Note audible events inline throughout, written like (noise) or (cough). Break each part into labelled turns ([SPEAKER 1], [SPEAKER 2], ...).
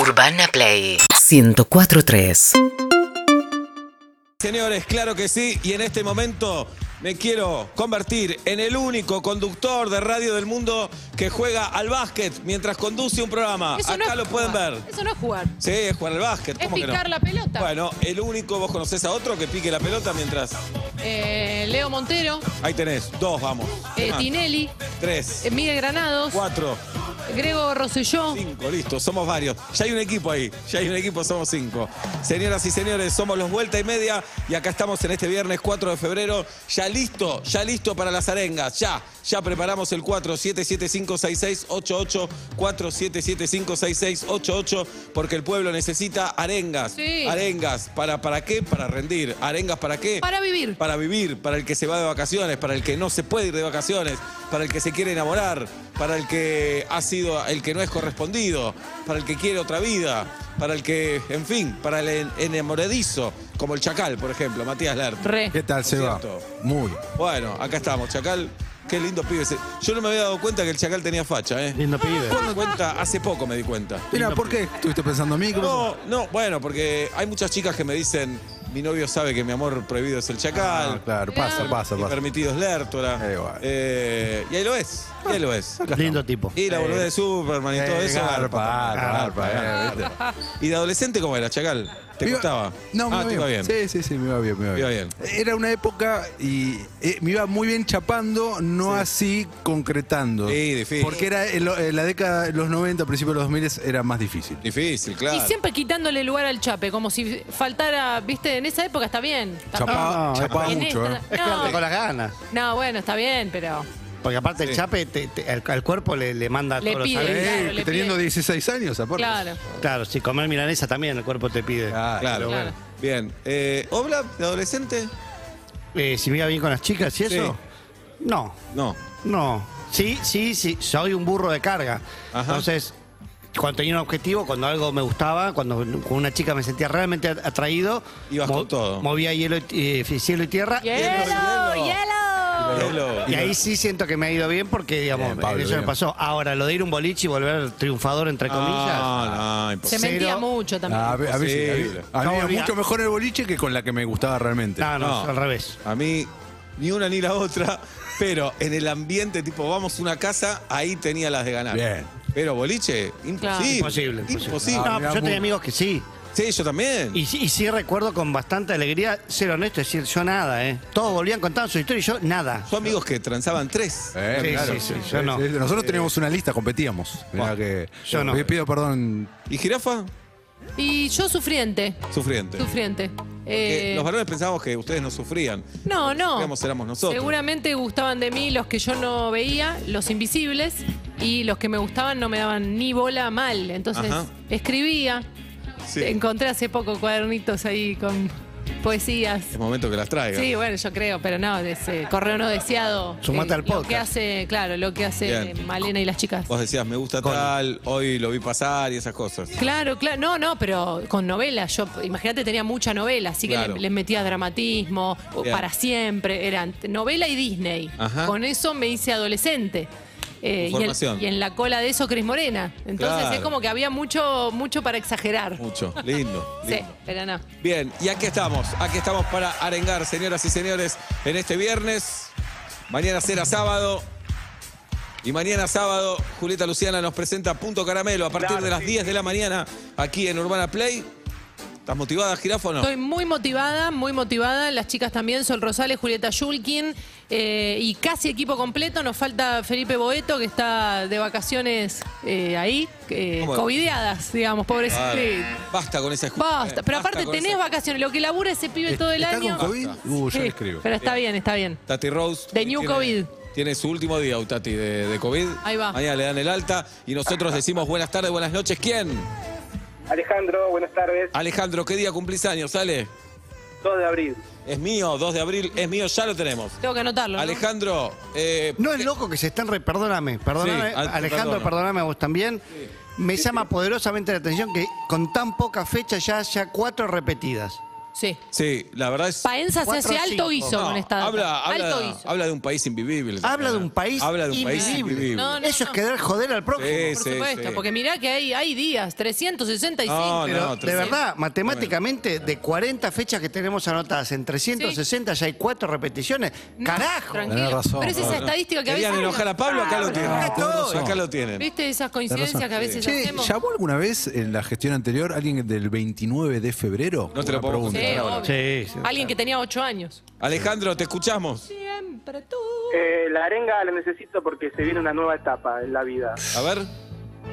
[SPEAKER 1] Urbana Play 1043.
[SPEAKER 2] Señores, claro que sí, y en este momento me quiero convertir en el único conductor de radio del mundo que juega al básquet mientras conduce un programa.
[SPEAKER 3] Eso no
[SPEAKER 2] Ah, Acá
[SPEAKER 3] es
[SPEAKER 2] lo
[SPEAKER 3] jugar.
[SPEAKER 2] pueden ver.
[SPEAKER 3] Eso no es jugar.
[SPEAKER 2] Sí, es jugar al básquet.
[SPEAKER 3] Es
[SPEAKER 2] ¿cómo que no?
[SPEAKER 3] picar la pelota.
[SPEAKER 2] Bueno, el único, vos conocés a otro que pique la pelota mientras.
[SPEAKER 3] Eh, Leo Montero,
[SPEAKER 2] Ahí tenés, dos, vamos.
[SPEAKER 3] eh,
[SPEAKER 2] Ah,
[SPEAKER 3] Tinelli,
[SPEAKER 2] Tres,
[SPEAKER 3] eh, Miguel Granados,
[SPEAKER 2] cuatro,
[SPEAKER 3] Grego Rosselló.
[SPEAKER 2] cinco, listo, somos varios. Ya hay un equipo ahí, ya hay un equipo, somos cinco. Señoras y señores, somos los Vuelta y Media y acá estamos en este viernes 4 de febrero, ya listo, ya listo para las arengas, ya, ya preparamos el 47756688, 47756688, porque el pueblo necesita arengas,
[SPEAKER 3] Sí.
[SPEAKER 2] arengas, ¿para, ¿para qué? Para rendir, arengas para qué?
[SPEAKER 3] Para vivir.
[SPEAKER 2] para vivir, para el que se va de vacaciones, para el que no se puede ir de vacaciones, para el que se quiere enamorar, para el que ha sido el que no es correspondido, para el que quiere otra vida, para el que, en fin, para el en- enamoradizo, como el Chacal, por ejemplo, Matías Lert.
[SPEAKER 3] Re.
[SPEAKER 4] ¿Qué tal, Seba?
[SPEAKER 2] cierto.
[SPEAKER 4] Muy.
[SPEAKER 2] Bueno, acá estamos, Chacal. Qué lindo pibe ese. Yo no me había dado cuenta que el Chacal tenía facha, ¿eh?
[SPEAKER 5] Lindo pibe.
[SPEAKER 2] Me di cuenta, hace poco me di cuenta.
[SPEAKER 4] Mira, ¿por qué estuviste pensando en mí? ¿Qué pasó?
[SPEAKER 2] No, no, bueno, porque hay muchas chicas que me dicen, mi novio sabe que mi amor prohibido es el Chacal.
[SPEAKER 4] Ah, claro, pasa, pasa,
[SPEAKER 2] Y
[SPEAKER 4] pasa.
[SPEAKER 2] permitidos Lertora.
[SPEAKER 4] Eh, bueno.
[SPEAKER 2] Eh, y ahí lo es, y ahí lo es.
[SPEAKER 4] Ah,
[SPEAKER 5] Lindo tipo.
[SPEAKER 2] Y la boludez de Superman y todo
[SPEAKER 4] Eh,
[SPEAKER 2] eso.
[SPEAKER 4] garpa,
[SPEAKER 2] garpa,
[SPEAKER 4] garpa, eh,
[SPEAKER 2] garpa. ¿Y de adolescente cómo era, Chacal? ¿Te
[SPEAKER 4] Me iba-
[SPEAKER 2] gustaba?
[SPEAKER 4] No, me
[SPEAKER 2] ah,
[SPEAKER 4] iba
[SPEAKER 2] te iba bien.
[SPEAKER 4] Sí, sí, sí, me iba bien, me iba
[SPEAKER 2] Te iba
[SPEAKER 4] bien.
[SPEAKER 2] bien.
[SPEAKER 4] Era una época y eh, me iba muy bien chapando, no así concretando.
[SPEAKER 2] Sí, difícil.
[SPEAKER 4] Porque era en lo- en la década de los 90, principios de los 2000 era más difícil.
[SPEAKER 2] Difícil, claro.
[SPEAKER 3] Y siempre quitándole lugar al chape, como si faltara, viste, en esa época está bien. Está-
[SPEAKER 4] Chapaba,
[SPEAKER 5] no,
[SPEAKER 4] chapaba
[SPEAKER 3] en
[SPEAKER 4] mucho,
[SPEAKER 3] esta-
[SPEAKER 4] ¿eh?
[SPEAKER 5] Es quedarte con las ganas.
[SPEAKER 3] no, no, bueno, está bien, pero
[SPEAKER 5] Porque aparte
[SPEAKER 2] Sí.
[SPEAKER 5] el chape te- te- al, al cuerpo le, le manda
[SPEAKER 3] Le
[SPEAKER 5] todos los
[SPEAKER 3] pide.
[SPEAKER 5] sabores.
[SPEAKER 3] claro,
[SPEAKER 4] Eh,
[SPEAKER 3] le
[SPEAKER 4] teniendo
[SPEAKER 3] pide.
[SPEAKER 4] 16 años, aparte.
[SPEAKER 3] claro.
[SPEAKER 5] Claro, si comer milanesa también el cuerpo te pide.
[SPEAKER 4] Ah,
[SPEAKER 2] claro.
[SPEAKER 5] Pero bueno.
[SPEAKER 3] claro.
[SPEAKER 2] Bien. Eh, ¿Obla, de adolescente?
[SPEAKER 5] Eh, si me iba bien con las chicas y
[SPEAKER 2] Sí.
[SPEAKER 5] eso. No,
[SPEAKER 2] No.
[SPEAKER 5] no. Sí, sí, sí. Soy un burro de carga.
[SPEAKER 2] Ajá.
[SPEAKER 5] Entonces, cuando tenía un objetivo, cuando algo me gustaba, cuando con una chica me sentía realmente at- atraído,
[SPEAKER 2] Ibas con todo.
[SPEAKER 5] movía hielo y, t- eh, cielo y tierra.
[SPEAKER 3] ¡Hielo!
[SPEAKER 2] hielo.
[SPEAKER 3] ¡Hielo!
[SPEAKER 2] Hielo.
[SPEAKER 5] Y ahí sí siento que me ha ido bien porque, digamos,
[SPEAKER 4] Bien, Pablo,
[SPEAKER 5] eso me
[SPEAKER 4] bien.
[SPEAKER 5] pasó. Ahora, lo de ir a un boliche y volver triunfador, entre comillas.
[SPEAKER 2] No, no,
[SPEAKER 3] Se
[SPEAKER 2] imposible.
[SPEAKER 3] mentía
[SPEAKER 5] Cero.
[SPEAKER 3] mucho también.
[SPEAKER 4] A, ve- a veces, a
[SPEAKER 2] Imposible.
[SPEAKER 4] ve- a mí
[SPEAKER 5] No,
[SPEAKER 4] era
[SPEAKER 5] mira.
[SPEAKER 4] mucho mejor el boliche que con la que me gustaba realmente.
[SPEAKER 5] Ah, No, no,
[SPEAKER 2] No.
[SPEAKER 5] es al revés.
[SPEAKER 2] A mí, ni una ni la otra, pero en el ambiente, tipo, vamos a una casa, ahí tenía las de ganar.
[SPEAKER 4] Bien.
[SPEAKER 2] Pero boliche, imposible.
[SPEAKER 3] Claro.
[SPEAKER 5] Imposible. Imposible.
[SPEAKER 2] Imposible.
[SPEAKER 5] No, pero
[SPEAKER 4] mirá,
[SPEAKER 5] yo
[SPEAKER 4] muy-
[SPEAKER 5] tenía amigos que sí.
[SPEAKER 2] Sí, yo también.
[SPEAKER 5] Y, sí- y sí recuerdo con bastante alegría ser honesto, es decir, yo nada, ¿eh? Todos volvían contando su historia y yo nada.
[SPEAKER 2] Son amigos que transaban tres.
[SPEAKER 4] Eh,
[SPEAKER 5] Sí,
[SPEAKER 4] claro. Eh,
[SPEAKER 5] sí, sí, yo no.
[SPEAKER 4] Nosotros teníamos una lista, competíamos. Mirá
[SPEAKER 2] Eh, Bueno,
[SPEAKER 4] que-
[SPEAKER 5] yo no.
[SPEAKER 4] P- Pido perdón.
[SPEAKER 2] ¿Y jirafa?
[SPEAKER 3] Y yo sufriente,
[SPEAKER 2] Sufriente.
[SPEAKER 3] sufriente.
[SPEAKER 2] Que
[SPEAKER 3] Eh,
[SPEAKER 2] los varones pensábamos que ustedes no sufrían.
[SPEAKER 3] No, no.
[SPEAKER 2] Digamos, éramos nosotros.
[SPEAKER 3] Seguramente gustaban de mí los que yo no veía, los invisibles, y los que me gustaban no me daban ni bola mal. Entonces
[SPEAKER 2] Ajá.
[SPEAKER 3] escribía.
[SPEAKER 2] Sí.
[SPEAKER 3] Encontré hace poco cuadernitos ahí con poesías.
[SPEAKER 2] Es momento que las traigan.
[SPEAKER 3] Sí, bueno, yo creo, pero no, de ese correo no deseado. eh,
[SPEAKER 5] Sumate al
[SPEAKER 3] Lo que
[SPEAKER 5] podcast.
[SPEAKER 3] hace, claro, lo que hace
[SPEAKER 2] Bien.
[SPEAKER 3] Malena y las chicas.
[SPEAKER 2] Vos decías, me gusta tal, hoy lo vi pasar y esas cosas.
[SPEAKER 3] Claro, claro, no, no, pero con novelas. Yo, imagínate, tenía mucha novela, así que
[SPEAKER 2] Claro.
[SPEAKER 3] le, le metía dramatismo, o
[SPEAKER 2] Bien.
[SPEAKER 3] para siempre, eran novela y Disney.
[SPEAKER 2] Ajá.
[SPEAKER 3] Con eso me hice adolescente. Eh, y, el-
[SPEAKER 2] Información.
[SPEAKER 3] y en la cola de eso, Cris Morena. Entonces
[SPEAKER 2] Claro.
[SPEAKER 3] es como que había mucho, mucho para exagerar.
[SPEAKER 2] Mucho. Lindo.
[SPEAKER 3] sí,
[SPEAKER 2] lindo.
[SPEAKER 3] pero no.
[SPEAKER 2] Bien, y aquí estamos. Aquí estamos para arengar, señoras y señores, en este viernes. Mañana será sábado. Y mañana sábado, Julieta Luciana nos presenta Punto Caramelo a partir de las 10 de la mañana aquí en Urbana Play. ¿Estás motivada, jirafa o no?
[SPEAKER 3] Estoy muy motivada, muy motivada. Las chicas también, Sol Rosales, Julieta Yulkin eh, y casi equipo completo. Nos falta Felipe Boeto, que está de vacaciones eh, ahí, eh,
[SPEAKER 2] ¿Cómo?
[SPEAKER 3] covideadas, digamos, pobrecito.
[SPEAKER 2] Ah,
[SPEAKER 3] Sí.
[SPEAKER 2] Basta con esa excusa.
[SPEAKER 3] Basta, pero
[SPEAKER 2] Basta
[SPEAKER 3] aparte
[SPEAKER 2] con
[SPEAKER 3] tenés
[SPEAKER 2] esa-
[SPEAKER 3] vacaciones, lo que labura ese pibe todo el
[SPEAKER 4] ¿Está
[SPEAKER 3] año.
[SPEAKER 4] con COVID? Uh, yo
[SPEAKER 3] Sí,
[SPEAKER 4] le escribo.
[SPEAKER 3] Pero está bien, está bien.
[SPEAKER 2] Tati Rose.
[SPEAKER 3] The new
[SPEAKER 2] tiene-
[SPEAKER 3] COVID.
[SPEAKER 2] Tiene su último día, uh, Tati, de, de COVID.
[SPEAKER 3] Ahí va.
[SPEAKER 2] Mañana le dan el alta y nosotros decimos buenas tardes, buenas noches. ¿Quién?
[SPEAKER 6] Alejandro, buenas tardes.
[SPEAKER 2] Alejandro, ¿qué día cumplís años? Sale.
[SPEAKER 6] 2 de abril.
[SPEAKER 2] Es mío, 2 de abril, es mío, ya lo tenemos.
[SPEAKER 3] Tengo que anotarlo. ¿no?
[SPEAKER 2] Alejandro, eh,
[SPEAKER 5] No es loco que se están... Re... Perdóname, perdóname,
[SPEAKER 2] Sí, al-
[SPEAKER 5] Alejandro,
[SPEAKER 2] perdono.
[SPEAKER 5] perdóname a vos también. Me llama poderosamente la atención que con tan poca fecha ya haya cuatro repetidas.
[SPEAKER 3] Sí.
[SPEAKER 2] Sí, la verdad es.
[SPEAKER 3] Paenza se
[SPEAKER 5] Cuatro,
[SPEAKER 3] hace alto
[SPEAKER 5] cinco.
[SPEAKER 3] guiso
[SPEAKER 2] No,
[SPEAKER 3] con esta data.
[SPEAKER 2] habla, habla,
[SPEAKER 3] alto
[SPEAKER 2] de,
[SPEAKER 3] guiso.
[SPEAKER 2] habla de un país invivible.
[SPEAKER 5] Habla de un país
[SPEAKER 2] Habla de un país
[SPEAKER 5] invivible.
[SPEAKER 2] invivible.
[SPEAKER 3] No, no,
[SPEAKER 5] Eso
[SPEAKER 3] no.
[SPEAKER 5] es querer joder al prójimo.
[SPEAKER 2] Sí,
[SPEAKER 3] Por supuesto, porque mirá que hay, hay días, 365.
[SPEAKER 2] No,
[SPEAKER 5] Pero
[SPEAKER 2] no,
[SPEAKER 5] de verdad, matemáticamente, de 40 fechas que tenemos anotadas, en 360 ya hay cuatro repeticiones. ¡Carajo!
[SPEAKER 3] Tranquilo.
[SPEAKER 4] Tenés razón.
[SPEAKER 3] Pero es esa estadística que a veces.
[SPEAKER 2] Querían enojar a Pablo, acá lo tienen.
[SPEAKER 5] Ah, todo.
[SPEAKER 2] Acá lo tienen.
[SPEAKER 3] ¿Viste esas coincidencias que a veces
[SPEAKER 4] Che,
[SPEAKER 3] hacemos?
[SPEAKER 4] ¿llamó alguna vez en la gestión anterior alguien del 29 de febrero?
[SPEAKER 2] No te lo
[SPEAKER 4] Una
[SPEAKER 2] podemos
[SPEAKER 4] pregunta.
[SPEAKER 3] Sí, Eh, obvio.
[SPEAKER 5] Sí, sí.
[SPEAKER 3] Alguien que tenía 8 años.
[SPEAKER 2] Alejandro, te escuchamos.
[SPEAKER 3] Siempre tú.
[SPEAKER 7] Eh, la arenga la necesito porque se viene una nueva etapa en la vida.
[SPEAKER 2] A ver.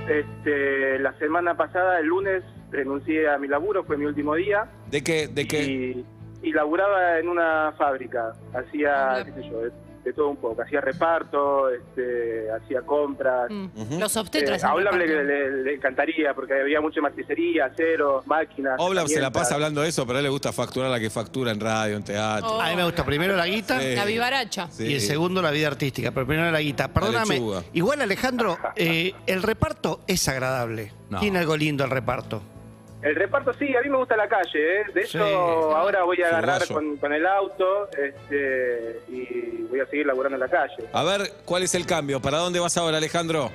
[SPEAKER 7] Este, la semana pasada, el lunes, renuncié a mi laburo, fue mi último día.
[SPEAKER 2] ¿De qué? ¿De qué?
[SPEAKER 7] Y, y laburaba en una fábrica. Hacía,
[SPEAKER 3] Hola.
[SPEAKER 7] qué sé yo, de, de todo un poco. Hacía reparto, este, hacía compras.
[SPEAKER 3] Mm.
[SPEAKER 2] Ujú.
[SPEAKER 3] Los
[SPEAKER 7] Eh,
[SPEAKER 3] obstetras.
[SPEAKER 7] a Oblab le, le- le encantaría porque había mucha matricería, acero, máquinas.
[SPEAKER 2] Oblab se la pasa
[SPEAKER 7] herramientas.
[SPEAKER 2] hablando de eso, pero a él le gusta facturar la que factura en radio, en teatro.
[SPEAKER 3] Oh.
[SPEAKER 5] A mí me gusta primero la guita.
[SPEAKER 2] Sí.
[SPEAKER 3] La vivaracha.
[SPEAKER 2] Sí.
[SPEAKER 5] Y el segundo, la vida artística, pero primero la guita. Perdóname.
[SPEAKER 2] lechuga.
[SPEAKER 5] Igual, Alejandro, eh, el reparto es agradable.
[SPEAKER 4] No.
[SPEAKER 5] Tiene algo lindo el reparto.
[SPEAKER 7] El reparto sí, a mí me gusta la calle, ¿eh? de hecho
[SPEAKER 5] Sí.
[SPEAKER 7] ahora voy a
[SPEAKER 2] Sí,
[SPEAKER 7] agarrar
[SPEAKER 2] guayo.
[SPEAKER 7] con, con el auto este, y voy a seguir laburando en la calle.
[SPEAKER 2] A ver, ¿cuál es el cambio? ¿Para dónde vas ahora, Alejandro?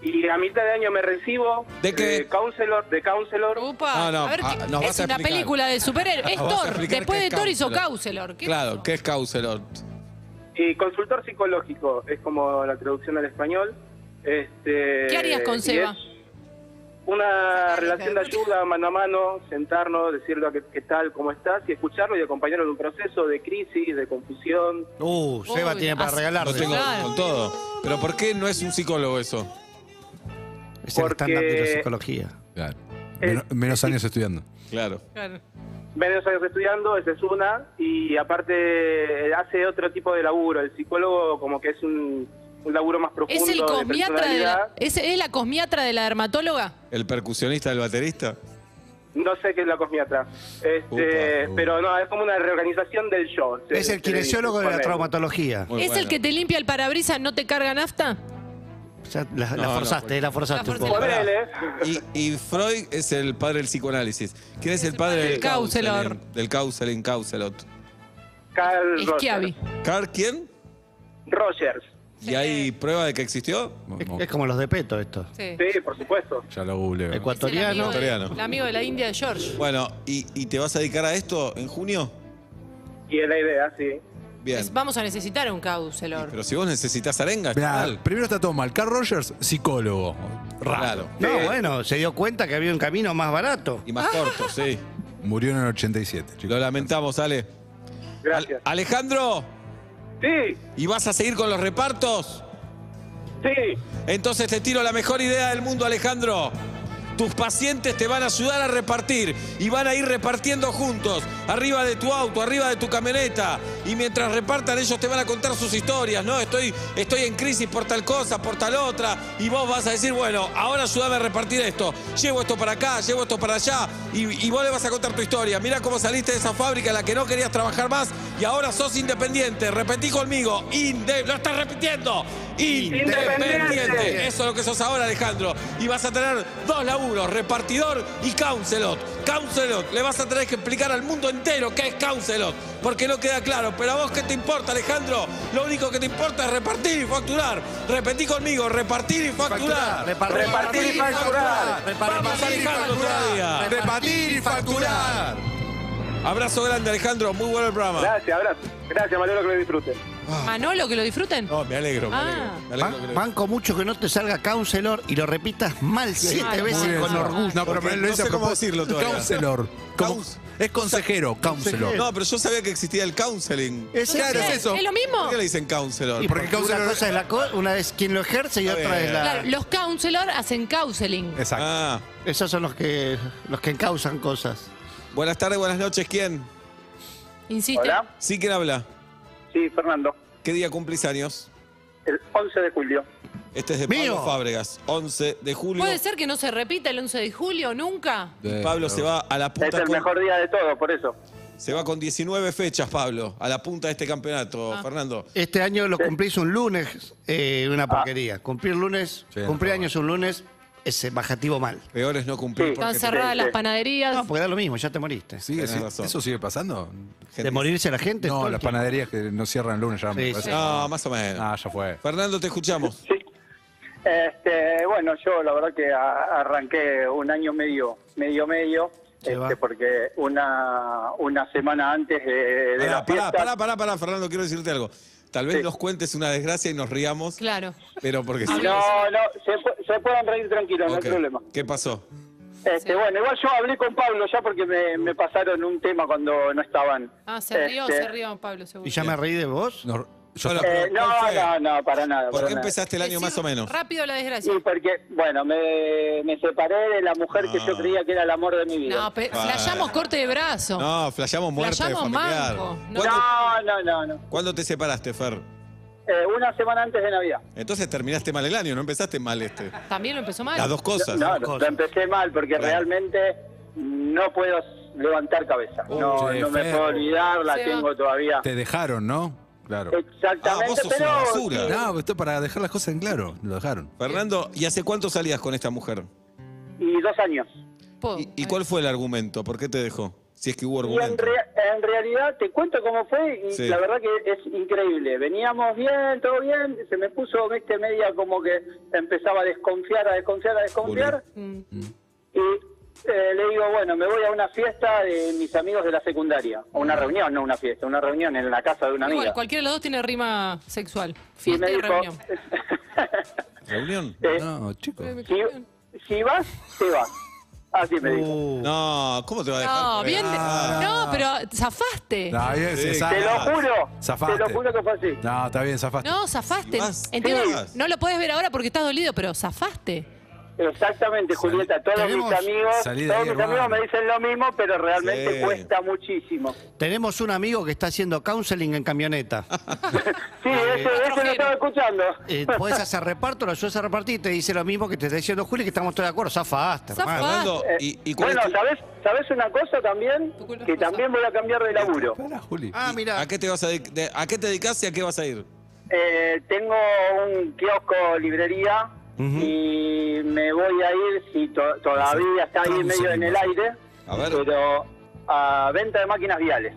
[SPEAKER 7] Y a mitad de año me recibo
[SPEAKER 2] ¿De qué?
[SPEAKER 7] counselor, de counselor.
[SPEAKER 3] Upa.
[SPEAKER 2] No, no,
[SPEAKER 3] a ver,
[SPEAKER 2] ah,
[SPEAKER 3] ¿qué-
[SPEAKER 2] nos vas
[SPEAKER 3] es
[SPEAKER 2] a
[SPEAKER 3] una
[SPEAKER 2] explicar.
[SPEAKER 3] película de superhéroes.
[SPEAKER 2] Nos
[SPEAKER 3] Es
[SPEAKER 2] Ah, vas a
[SPEAKER 3] Thor.
[SPEAKER 2] explicar
[SPEAKER 3] Después
[SPEAKER 2] qué
[SPEAKER 3] de
[SPEAKER 2] es
[SPEAKER 3] Thor hizo
[SPEAKER 2] Counselor.
[SPEAKER 3] Counselor. ¿Qué
[SPEAKER 2] Claro, ¿qué es Causelor?
[SPEAKER 7] Y consultor psicológico, es como la traducción al español. Este,
[SPEAKER 3] ¿Qué harías con
[SPEAKER 7] y
[SPEAKER 3] Seba?
[SPEAKER 7] es Una relación de ayuda mano a mano, sentarnos, decirle a qué, qué tal, cómo estás, y escucharlo y acompañarlo en un proceso de crisis, de confusión.
[SPEAKER 5] Uh, Seba
[SPEAKER 3] Uy,
[SPEAKER 5] tiene para
[SPEAKER 3] así-
[SPEAKER 5] regalar.
[SPEAKER 2] Ah, Lo tengo
[SPEAKER 3] Claro.
[SPEAKER 2] con todo. Pero ¿por qué no es un psicólogo eso?
[SPEAKER 5] Es el
[SPEAKER 7] Porque-
[SPEAKER 5] estándar de la psicología.
[SPEAKER 4] Claro.
[SPEAKER 7] Eh,
[SPEAKER 4] Menos, menos
[SPEAKER 2] (laughs)
[SPEAKER 4] años estudiando.
[SPEAKER 2] Claro.
[SPEAKER 3] Claro.
[SPEAKER 7] Varios años estudiando, esa es una, y aparte eh, hace otro tipo de laburo. El psicólogo como que es un, un laburo más profundo.
[SPEAKER 3] ¿Es, el
[SPEAKER 7] de
[SPEAKER 3] cosmiatra de la,
[SPEAKER 7] personalidad.
[SPEAKER 3] ¿es, ¿Es la cosmiatra de la dermatóloga?
[SPEAKER 2] ¿El percusionista del baterista?
[SPEAKER 7] No sé qué es la cosmiatra. Este,
[SPEAKER 2] Upa, uh.
[SPEAKER 7] Pero no, es como una reorganización del yo. se-
[SPEAKER 5] Es
[SPEAKER 7] se
[SPEAKER 5] el
[SPEAKER 7] le
[SPEAKER 5] kinesiólogo de
[SPEAKER 7] dice,
[SPEAKER 5] la
[SPEAKER 7] ponele.
[SPEAKER 5] traumatología.
[SPEAKER 2] Muy
[SPEAKER 3] ¿Es
[SPEAKER 2] bueno.
[SPEAKER 3] el que te limpia el parabrisas, no te carga nafta?
[SPEAKER 5] O sea, la, la
[SPEAKER 2] No, pues. no,
[SPEAKER 5] forzaste,
[SPEAKER 2] porque-
[SPEAKER 5] la forzaste
[SPEAKER 3] La
[SPEAKER 5] un poco.
[SPEAKER 3] forcé.
[SPEAKER 7] Ponele.
[SPEAKER 2] Y, y Freud es el padre del psicoanálisis. ¿Quién es el padre del
[SPEAKER 3] Counselor.
[SPEAKER 2] counseling? Del counseling, Causelot.
[SPEAKER 7] Carl
[SPEAKER 3] Esquiavi.
[SPEAKER 7] Rogers.
[SPEAKER 2] ¿Carl quién?
[SPEAKER 7] Rogers.
[SPEAKER 2] ¿Y hay prueba de que existió?
[SPEAKER 5] Es, es como los de Peto esto.
[SPEAKER 3] Sí.
[SPEAKER 7] Sí, por supuesto.
[SPEAKER 4] Ya lo googleo.
[SPEAKER 3] Es el amigo,
[SPEAKER 5] Ecuatoriano.
[SPEAKER 3] de-
[SPEAKER 2] Ecuatoriano.
[SPEAKER 3] el amigo de la India de George.
[SPEAKER 2] Bueno, ¿y, y te vas a dedicar a esto en junio?
[SPEAKER 7] Y es la idea, sí.
[SPEAKER 2] Bien.
[SPEAKER 3] Es- vamos a necesitar un counselor.
[SPEAKER 2] Pero si vos necesitas arenga,
[SPEAKER 4] Mirá,
[SPEAKER 2] chaval.
[SPEAKER 4] primero está todo mal. Carl Rogers, psicólogo. Raro.
[SPEAKER 2] Claro.
[SPEAKER 5] No,
[SPEAKER 7] Sí.
[SPEAKER 5] bueno, se dio cuenta que había un camino más barato.
[SPEAKER 2] Y más corto, sí.
[SPEAKER 4] Murió en el 87, chicos.
[SPEAKER 2] Lo lamentamos, Ale.
[SPEAKER 7] Gracias.
[SPEAKER 2] Al- Alejandro,
[SPEAKER 7] Sí,
[SPEAKER 2] ¿y vas a seguir con los repartos?
[SPEAKER 7] sí.
[SPEAKER 2] Entonces te tiro la mejor idea del mundo, Alejandro. Tus pacientes te van a ayudar a repartir y van a ir repartiendo juntos, arriba de tu auto, arriba de tu camioneta. Y mientras repartan, ellos te van a contar sus historias, ¿no? Estoy, estoy en crisis por tal cosa, por tal otra. Y vos vas a decir, bueno, ahora ayúdame a repartir esto. Llevo esto para acá, llevo esto para allá. Y, y vos le vas a contar tu historia. Mirá cómo saliste de esa fábrica en la que no querías trabajar más y ahora sos independiente. Repetí conmigo. Inde lo estás repitiendo. independiente.
[SPEAKER 7] Independiente.
[SPEAKER 2] Eso es lo que sos ahora, Alejandro. Y vas a tener dos laburos, repartidor y counselot. Counselot, le vas a tener que explicar al mundo entero qué es counselot, porque no queda claro. Pero a vos, ¿qué te importa, Alejandro? Lo único que te importa es repartir y facturar. Repetí conmigo, repartir y facturar.
[SPEAKER 5] Repartir,
[SPEAKER 7] Repartir y facturar.
[SPEAKER 2] Vamos, Alejandro, todavía.
[SPEAKER 4] Repartir y facturar.
[SPEAKER 2] Abrazo grande, Alejandro. Muy bueno el programa.
[SPEAKER 7] Gracias, abrazo. Gracias, me alegro que lo disfruten.
[SPEAKER 3] Manolo, que lo disfruten.
[SPEAKER 2] Ah. No, me alegro, me
[SPEAKER 3] Ah.
[SPEAKER 2] alegro. Me alegro que
[SPEAKER 5] Ban-
[SPEAKER 2] lo-
[SPEAKER 5] banco mucho que no te salga counselor y lo repitas mal siete
[SPEAKER 3] Claro.
[SPEAKER 5] veces
[SPEAKER 3] Muy bien.
[SPEAKER 5] con orgullo.
[SPEAKER 4] No, pero
[SPEAKER 2] Porque
[SPEAKER 4] lo
[SPEAKER 2] no
[SPEAKER 4] hice
[SPEAKER 2] sé
[SPEAKER 4] a
[SPEAKER 2] cómo
[SPEAKER 4] propósito.
[SPEAKER 2] decirlo todavía.
[SPEAKER 4] Counselor. Como-
[SPEAKER 2] Cous-
[SPEAKER 4] es consejero, counselor.
[SPEAKER 5] Consejero.
[SPEAKER 2] No, pero yo sabía que existía el counseling.
[SPEAKER 5] Es
[SPEAKER 4] Claro,
[SPEAKER 5] eso.
[SPEAKER 4] es eso.
[SPEAKER 3] ¿Es lo mismo?
[SPEAKER 2] ¿Por qué le dicen counselor?
[SPEAKER 5] Y
[SPEAKER 4] Porque
[SPEAKER 5] porque una
[SPEAKER 4] counselor-
[SPEAKER 5] cosa es la co- una es quien lo ejerce y
[SPEAKER 2] Está
[SPEAKER 5] otra
[SPEAKER 2] bien.
[SPEAKER 5] es la.
[SPEAKER 3] Claro, los counselor hacen counseling.
[SPEAKER 4] Exacto.
[SPEAKER 2] Ah.
[SPEAKER 5] Esos son los que los que encausan cosas.
[SPEAKER 2] Buenas tardes, buenas noches. ¿Quién?
[SPEAKER 3] Insiste.
[SPEAKER 7] Hola.
[SPEAKER 2] Sí, ¿quién habla?
[SPEAKER 7] Sí, Fernando.
[SPEAKER 2] ¿Qué día cumplís años?
[SPEAKER 7] El 11 de julio.
[SPEAKER 2] Este es de
[SPEAKER 5] Mío.
[SPEAKER 2] Pablo Fábregas, 11 de julio.
[SPEAKER 3] ¿Puede ser que no se repita el 11 de julio nunca?
[SPEAKER 2] Y Pablo se va a la
[SPEAKER 7] Es
[SPEAKER 2] punta
[SPEAKER 7] el
[SPEAKER 2] con,
[SPEAKER 7] mejor día de todo, por eso.
[SPEAKER 2] se va con 19 fechas, Pablo, a la punta de este campeonato, Fernando.
[SPEAKER 5] Este
[SPEAKER 2] Ah.
[SPEAKER 5] año lo cumplís un lunes, eh, una porquería. Cumplir lunes,
[SPEAKER 4] Sí, no,
[SPEAKER 5] cumplir años un lunes, es eh, bajativo mal.
[SPEAKER 2] Peor es no cumplir.
[SPEAKER 6] Sí.
[SPEAKER 2] porque
[SPEAKER 3] Están cerradas
[SPEAKER 6] sí.
[SPEAKER 3] las panaderías.
[SPEAKER 5] No, Ah, porque da lo mismo, ya te moriste.
[SPEAKER 4] ¿Sigue-
[SPEAKER 2] Tenés razón.
[SPEAKER 4] ¿Eso sigue pasando?
[SPEAKER 5] ¿De morirse la gente?
[SPEAKER 4] No,
[SPEAKER 5] todo el
[SPEAKER 4] las
[SPEAKER 5] tiempo.
[SPEAKER 4] panaderías que no cierran el lunes ya me
[SPEAKER 5] Sí,
[SPEAKER 4] parece.
[SPEAKER 5] sí.
[SPEAKER 2] No, más o menos.
[SPEAKER 4] Ah, ya fue.
[SPEAKER 2] Fernando, te escuchamos.
[SPEAKER 6] Sí. Este, bueno, yo la verdad que a- arranqué un año medio, medio, medio,
[SPEAKER 5] Se va.
[SPEAKER 6] este, porque una, una semana antes de, de
[SPEAKER 2] Pará,
[SPEAKER 6] la fiesta...
[SPEAKER 2] pará, pará, pará, pará, Fernando, quiero decirte algo. Tal vez
[SPEAKER 6] Sí. Ah,
[SPEAKER 2] nos cuentes una desgracia y nos riamos,
[SPEAKER 3] Claro.
[SPEAKER 2] pero porque sí.
[SPEAKER 6] No, no, se, pu- se pueden reír tranquilos,
[SPEAKER 2] Ok.
[SPEAKER 6] no hay problema.
[SPEAKER 2] ¿Qué pasó?
[SPEAKER 6] Este, Bueno, igual yo hablé con Pablo ya porque me, me pasaron un tema cuando no estaban.
[SPEAKER 3] Ah, se rió,
[SPEAKER 6] Este,
[SPEAKER 3] se rió Pablo, seguro.
[SPEAKER 5] ¿Y ya me reí de vos?
[SPEAKER 4] No, yo
[SPEAKER 2] Hola,
[SPEAKER 4] estaba-
[SPEAKER 6] eh,
[SPEAKER 2] Pero,
[SPEAKER 6] no,
[SPEAKER 2] ¿cuál fue?
[SPEAKER 6] no, no, para nada.
[SPEAKER 2] ¿Por
[SPEAKER 6] para
[SPEAKER 2] qué
[SPEAKER 6] nada.
[SPEAKER 2] empezaste el año
[SPEAKER 3] Decí
[SPEAKER 2] más o menos?
[SPEAKER 3] Rápido la desgracia.
[SPEAKER 6] Sí, porque, bueno, me, me separé de la mujer que
[SPEAKER 2] Ah.
[SPEAKER 6] yo creía que era el amor de mi vida.
[SPEAKER 3] No, pero
[SPEAKER 2] Vale.
[SPEAKER 3] flayamos Oh, corte de brazo.
[SPEAKER 2] No, flasheamos muerte
[SPEAKER 3] Flasheamos
[SPEAKER 2] familiar.
[SPEAKER 3] manco. No.
[SPEAKER 2] ¿Cuándo,
[SPEAKER 6] No, no, no, no.
[SPEAKER 2] cuándo te separaste, Fer?
[SPEAKER 6] Eh, una semana antes de Navidad.
[SPEAKER 2] Entonces terminaste mal el año, no empezaste mal este.
[SPEAKER 3] También lo empezó mal.
[SPEAKER 2] Las dos cosas.
[SPEAKER 6] No,
[SPEAKER 5] cosas.
[SPEAKER 6] lo empecé mal porque
[SPEAKER 2] Claro.
[SPEAKER 6] realmente no puedo levantar cabeza.
[SPEAKER 2] Oh,
[SPEAKER 6] no,
[SPEAKER 4] che,
[SPEAKER 6] no me
[SPEAKER 4] Fer.
[SPEAKER 6] puedo olvidar, la
[SPEAKER 3] Seba.
[SPEAKER 6] tengo todavía.
[SPEAKER 4] Te dejaron, ¿no? Claro.
[SPEAKER 2] Ah, vos
[SPEAKER 6] Exactamente,
[SPEAKER 2] sos
[SPEAKER 6] pero
[SPEAKER 2] una basura.
[SPEAKER 6] sí,
[SPEAKER 4] No, esto para dejar las cosas en claro. Lo dejaron.
[SPEAKER 2] Fernando, ¿y hace cuánto salías con esta mujer?
[SPEAKER 6] y dos años.
[SPEAKER 3] Po-
[SPEAKER 2] ¿Y, y cuál fue el argumento? ¿Por qué te dejó? Si es que hubo
[SPEAKER 6] Y en,
[SPEAKER 2] argumento.
[SPEAKER 6] rea- en realidad te cuento cómo fue y
[SPEAKER 2] Sí.
[SPEAKER 6] la verdad que es increíble. Veníamos bien, todo bien, se me puso viste media como que empezaba a desconfiar, a desconfiar, a desconfiar.
[SPEAKER 3] Mm.
[SPEAKER 6] Y eh, le digo, bueno, me voy a una fiesta de mis amigos de la secundaria. O una reunión, no una fiesta, una reunión en la casa de una amiga.
[SPEAKER 3] Igual, cualquiera de los dos tiene rima sexual.
[SPEAKER 6] y
[SPEAKER 3] Fiesta
[SPEAKER 6] me
[SPEAKER 3] y
[SPEAKER 6] dijo,
[SPEAKER 3] reunión.
[SPEAKER 2] ¿Reunión?
[SPEAKER 6] eh,
[SPEAKER 4] No, chicos.
[SPEAKER 6] si, si vas, te vas. Así me dijo.
[SPEAKER 5] Uh,
[SPEAKER 2] No, ¿cómo te va a dejar? ah,
[SPEAKER 3] No,
[SPEAKER 2] por
[SPEAKER 3] bien. de-
[SPEAKER 4] Ah,
[SPEAKER 2] ahí?
[SPEAKER 3] No, pero zafaste.
[SPEAKER 4] No, ahí es-
[SPEAKER 2] Sí,
[SPEAKER 4] es-
[SPEAKER 2] te
[SPEAKER 6] Te lo juro,
[SPEAKER 4] Zafaste.
[SPEAKER 6] te lo juro que fue así.
[SPEAKER 4] No, está bien, zafaste.
[SPEAKER 3] No, zafaste.
[SPEAKER 2] Si vas,
[SPEAKER 3] Entiendo,
[SPEAKER 2] te vas.
[SPEAKER 3] no lo podés ver ahora porque estás dolido, pero zafaste.
[SPEAKER 6] Exactamente, Julieta. Todos
[SPEAKER 5] tenemos
[SPEAKER 6] mis amigos, todos
[SPEAKER 4] salida ahí,
[SPEAKER 6] mis
[SPEAKER 4] hermano.
[SPEAKER 6] amigos me dicen lo mismo, pero realmente
[SPEAKER 2] Sí.
[SPEAKER 6] cuesta muchísimo.
[SPEAKER 5] tenemos un amigo que está haciendo counseling
[SPEAKER 2] (laughs)
[SPEAKER 5] en camioneta.
[SPEAKER 6] Sí, eso, eso lo
[SPEAKER 3] giro.
[SPEAKER 6] estaba escuchando.
[SPEAKER 5] Eh, podés hacer reparto, lo ayudas a repartir y te dice lo mismo que te está diciendo Juli, que estamos todos de acuerdo. Zafaste,
[SPEAKER 3] Zafa.
[SPEAKER 5] hermano.
[SPEAKER 2] Fernando,
[SPEAKER 6] Eh,
[SPEAKER 2] ¿y, y cuál es
[SPEAKER 6] bueno,
[SPEAKER 2] tu-
[SPEAKER 6] ¿sabes, ¿sabes una cosa también?
[SPEAKER 3] Tu culpa es
[SPEAKER 6] Que
[SPEAKER 3] cosa.
[SPEAKER 6] también voy a cambiar de laburo.
[SPEAKER 4] Pará, Juli.
[SPEAKER 5] Ah, mira.
[SPEAKER 2] ¿A qué te vas a, dedic- de- a qué te dedicas y a qué vas a ir?
[SPEAKER 6] Eh, tengo un kiosco, librería, y me voy a ir, si to- todavía está ahí medio en el aire,
[SPEAKER 2] A ver.
[SPEAKER 6] pero a venta de máquinas viales.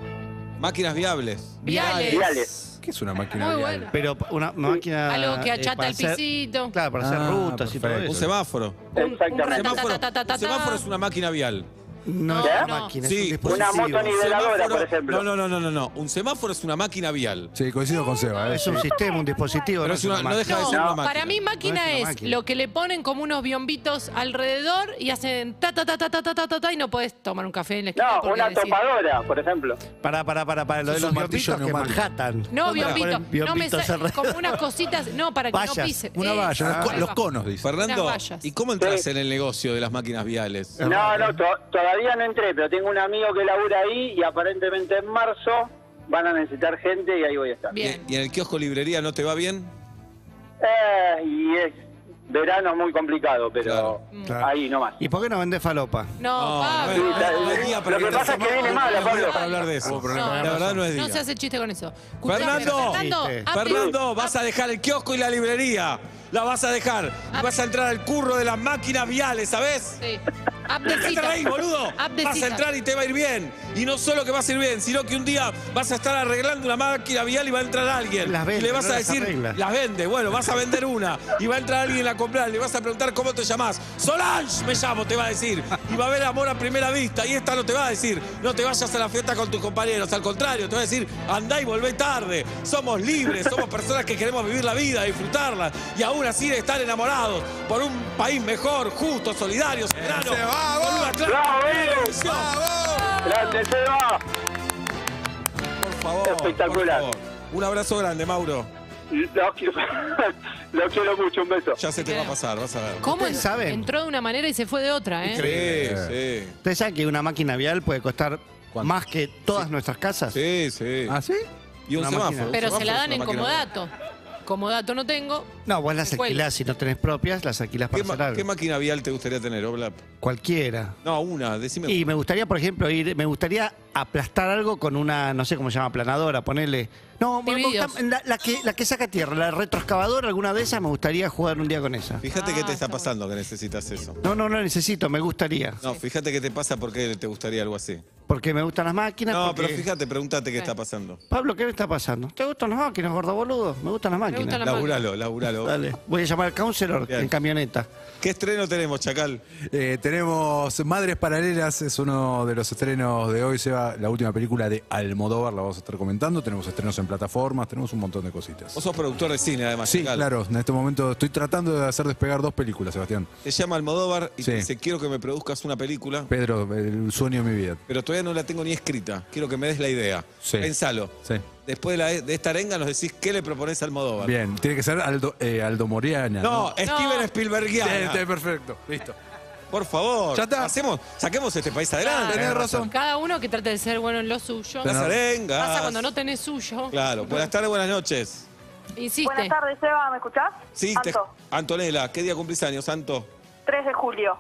[SPEAKER 2] Máquinas viables.
[SPEAKER 3] Viales.
[SPEAKER 6] Viales.
[SPEAKER 4] ¿Qué es una máquina?
[SPEAKER 3] Muy
[SPEAKER 4] vial?
[SPEAKER 3] bueno.
[SPEAKER 5] Pero una máquina.
[SPEAKER 3] Algo que
[SPEAKER 5] eh,
[SPEAKER 3] achata
[SPEAKER 5] para
[SPEAKER 3] el
[SPEAKER 5] hacer-
[SPEAKER 3] pisito.
[SPEAKER 5] Claro, para hacer
[SPEAKER 4] Ah,
[SPEAKER 5] rutas y todo
[SPEAKER 4] perfecto.
[SPEAKER 5] eso.
[SPEAKER 2] Un semáforo.
[SPEAKER 3] Un- un
[SPEAKER 6] Exactamente.
[SPEAKER 3] ratata-
[SPEAKER 2] Semáforo,
[SPEAKER 3] Ta, ta, ta, ta,
[SPEAKER 2] un semáforo
[SPEAKER 3] ta.
[SPEAKER 2] es una máquina vial.
[SPEAKER 5] No,
[SPEAKER 3] ¿Qué?
[SPEAKER 5] una máquina,
[SPEAKER 2] Sí.
[SPEAKER 5] es un
[SPEAKER 6] Una
[SPEAKER 5] dispositivo.
[SPEAKER 6] moto niveladora,
[SPEAKER 2] Semáforo-
[SPEAKER 6] por ejemplo.
[SPEAKER 2] No, no, no, no, no, no. Un semáforo es una máquina vial.
[SPEAKER 4] Sí, coincido con Seba. eh,
[SPEAKER 5] Es un
[SPEAKER 4] sí.
[SPEAKER 5] sistema, un dispositivo.
[SPEAKER 2] Pero es una- no deja
[SPEAKER 5] máquina.
[SPEAKER 2] de
[SPEAKER 3] No,
[SPEAKER 2] ser una máquina.
[SPEAKER 3] Ah, para mí
[SPEAKER 5] No
[SPEAKER 3] máquina
[SPEAKER 5] es una
[SPEAKER 3] es,
[SPEAKER 5] máquina.
[SPEAKER 3] lo que le ponen como unos biombitos alrededor y hacen ta ta ta ta ta ta ta ta, ta, y no podés tomar un café en la esquina
[SPEAKER 6] No,
[SPEAKER 3] porque
[SPEAKER 6] una
[SPEAKER 3] decís-
[SPEAKER 6] topadora, por ejemplo.
[SPEAKER 5] Para, para, para, para. Lo
[SPEAKER 4] Sos
[SPEAKER 5] de los
[SPEAKER 4] un martillo
[SPEAKER 5] biombitos que
[SPEAKER 4] neumático.
[SPEAKER 5] Manhattan.
[SPEAKER 3] No,
[SPEAKER 5] Para
[SPEAKER 3] biombito.
[SPEAKER 5] poner
[SPEAKER 3] No me
[SPEAKER 5] biombitos
[SPEAKER 3] sa-
[SPEAKER 5] alrededor.
[SPEAKER 3] como unas cositas, no, para que no
[SPEAKER 5] Vallas,
[SPEAKER 3] pise.
[SPEAKER 4] Una
[SPEAKER 3] Eso,
[SPEAKER 4] valla, los, co-
[SPEAKER 3] ahí
[SPEAKER 4] los
[SPEAKER 3] va.
[SPEAKER 4] conos, dice.
[SPEAKER 2] Fernando,
[SPEAKER 3] Unas vallas.
[SPEAKER 2] ¿y cómo entras
[SPEAKER 6] Sí.
[SPEAKER 2] en el negocio de las máquinas viales?
[SPEAKER 6] No, no, to- todavía no entré, pero tengo un amigo que labura ahí y aparentemente en marzo van a necesitar gente y ahí voy a estar.
[SPEAKER 3] Bien.
[SPEAKER 2] ¿Y, y en el kiosco librería no te va bien?
[SPEAKER 6] Eh, y es verano muy complicado, pero
[SPEAKER 4] Claro.
[SPEAKER 6] ahí nomás.
[SPEAKER 5] ¿Y por qué no vendés falopa?
[SPEAKER 3] No, Pablo.
[SPEAKER 2] no,
[SPEAKER 6] Sí, la-
[SPEAKER 2] no
[SPEAKER 6] la-
[SPEAKER 2] es día para
[SPEAKER 6] lo que
[SPEAKER 2] te
[SPEAKER 6] pasa es que
[SPEAKER 2] asomás,
[SPEAKER 6] viene
[SPEAKER 2] no
[SPEAKER 6] mala,
[SPEAKER 2] es día
[SPEAKER 6] Pablo.
[SPEAKER 2] para hablar de eso.
[SPEAKER 3] problema,
[SPEAKER 2] La verdad no es
[SPEAKER 3] No se
[SPEAKER 2] día.
[SPEAKER 3] hace chiste con eso. Escuchame,
[SPEAKER 2] Fernando.
[SPEAKER 5] Chiste.
[SPEAKER 3] apre-
[SPEAKER 2] Fernando, vas a dejar el kiosco y la librería. La vas a dejar. Y vas a entrar al curro de las máquinas viales, ¿sabés?
[SPEAKER 3] Sí.
[SPEAKER 2] ¿De qué te
[SPEAKER 3] Aptecita.
[SPEAKER 2] reís, boludo? Vas a
[SPEAKER 3] Aptecita.
[SPEAKER 2] entrar y te va a ir bien. Y no solo que vas a ir bien, sino que un día vas a estar arreglando una máquina vial y va a entrar alguien.
[SPEAKER 5] Las
[SPEAKER 2] y
[SPEAKER 5] vende,
[SPEAKER 2] le vas
[SPEAKER 5] no
[SPEAKER 2] a
[SPEAKER 5] las
[SPEAKER 2] decir,
[SPEAKER 5] arregla.
[SPEAKER 2] las vende. Bueno, vas a vender una. Y va a entrar alguien a comprar. Le vas a preguntar cómo te llamás. Solange me llamo, te va a decir. Y va a haber amor a primera vista. Y esta no te va a decir, no te vayas a la fiesta con tus compañeros. Al contrario, te va a decir, andá y volvé tarde. Somos libres, somos personas que queremos vivir la vida, disfrutarla. Y aún así de estar enamorados por un país mejor, justo, solidario, soberano.
[SPEAKER 4] ¡Ese, vamos!
[SPEAKER 2] Con una clara
[SPEAKER 6] ¡Bravo, eh!
[SPEAKER 2] visión.
[SPEAKER 6] Grande, Seba.
[SPEAKER 2] Por favor.
[SPEAKER 6] Espectacular.
[SPEAKER 2] por favor. Un abrazo grande, Mauro.
[SPEAKER 6] Lo, quiero- (laughs) lo quiero mucho, un beso.
[SPEAKER 2] Ya se te va a pasar, vas a ver.
[SPEAKER 3] ¿Cómo
[SPEAKER 5] Ustedes
[SPEAKER 3] en-
[SPEAKER 5] saben.
[SPEAKER 3] entró de una manera y se fue de otra, eh?
[SPEAKER 2] Sí,
[SPEAKER 5] ¿Ustedes saben que una máquina vial puede costar
[SPEAKER 4] ¿Cuánto?
[SPEAKER 5] más que todas nuestras casas?
[SPEAKER 2] sí. Sí, sí.
[SPEAKER 4] ¿Ah, sí?
[SPEAKER 2] Y un
[SPEAKER 5] Una
[SPEAKER 2] semáforo.
[SPEAKER 5] máquina.
[SPEAKER 2] un
[SPEAKER 3] Pero se
[SPEAKER 2] semáforo
[SPEAKER 3] la
[SPEAKER 2] es
[SPEAKER 3] dan
[SPEAKER 2] una
[SPEAKER 3] en
[SPEAKER 2] máquina.
[SPEAKER 3] comodato. Como dato no tengo.
[SPEAKER 5] No, vos las
[SPEAKER 3] Me cuelgo.
[SPEAKER 5] alquilás si no tenés propias, las alquilás para
[SPEAKER 2] ¿Qué,
[SPEAKER 5] hacer
[SPEAKER 2] ma-
[SPEAKER 5] algo.
[SPEAKER 2] qué máquina vial te gustaría tener, Oblap?
[SPEAKER 5] Cualquiera.
[SPEAKER 2] No, una, decime.
[SPEAKER 5] Y me gustaría, por ejemplo, ir, me gustaría aplastar algo con una, no sé cómo se llama, aplanadora, ponerle. No, me
[SPEAKER 3] Divididos.
[SPEAKER 5] gusta- la, la que, la que saca tierra, la retroexcavadora, alguna de esas, me gustaría jugar un día con esa.
[SPEAKER 2] Fíjate
[SPEAKER 3] Ah,
[SPEAKER 2] qué te está
[SPEAKER 3] está bueno.
[SPEAKER 2] pasando que necesitas eso.
[SPEAKER 5] No, no, no necesito, me gustaría.
[SPEAKER 2] No, fíjate qué te pasa porque te gustaría algo así.
[SPEAKER 5] Porque me gustan las máquinas.
[SPEAKER 2] No,
[SPEAKER 5] porque-
[SPEAKER 2] pero fíjate, pregúntate qué está pasando.
[SPEAKER 5] Pablo, ¿qué le está pasando? ¿Te gustan las máquinas, gordo boludo? Me gustan las máquinas.
[SPEAKER 3] gustan las-
[SPEAKER 2] Laburalo, laburalo.
[SPEAKER 5] Dale, voy a llamar al counselor
[SPEAKER 2] Bien.
[SPEAKER 5] en camioneta.
[SPEAKER 2] ¿Qué estreno tenemos, Chacal?
[SPEAKER 4] Eh, tenemos Madres Paralelas, es uno de los estrenos de hoy, Seba, la última película de Almodóvar, la vamos a estar comentando. Tenemos estrenos en plataformas, tenemos un montón de cositas.
[SPEAKER 2] Vos sos productor de cine, además,
[SPEAKER 4] Sí,
[SPEAKER 2] Chacal.
[SPEAKER 4] claro, en este momento estoy tratando de hacer despegar dos películas, Sebastián.
[SPEAKER 2] Te llama Almodóvar y
[SPEAKER 4] Sí.
[SPEAKER 2] te dice, quiero que me produzcas una película,
[SPEAKER 4] Pedro, el sueño de mi vida.
[SPEAKER 2] pero todavía no la tengo ni escrita. Quiero que me des la idea.
[SPEAKER 4] Sí.
[SPEAKER 2] Pensalo.
[SPEAKER 4] Sí.
[SPEAKER 2] Después de, la- de esta arenga nos decís, ¿qué le propones a Almodóvar?
[SPEAKER 4] Bien, tiene que ser Aldo, eh, Aldo Moriana.
[SPEAKER 2] No, Steven
[SPEAKER 3] No.
[SPEAKER 2] Spielbergiana.
[SPEAKER 4] Este, perfecto, listo.
[SPEAKER 2] Por favor.
[SPEAKER 4] Ya está.
[SPEAKER 2] Hacemos, saquemos este país adelante.
[SPEAKER 4] tenés razón.
[SPEAKER 3] Cada uno que trate de ser bueno en lo suyo.
[SPEAKER 2] Las arengas.
[SPEAKER 3] Pasa cuando no tenés suyo.
[SPEAKER 2] Claro. Buenas tardes, buenas noches.
[SPEAKER 3] Insiste.
[SPEAKER 8] Buenas tardes, Eva, ¿me escuchás?
[SPEAKER 2] Sí, te-
[SPEAKER 8] Anto,
[SPEAKER 2] Antonella, ¿qué día cumplís años, Santo?
[SPEAKER 8] 3 de julio.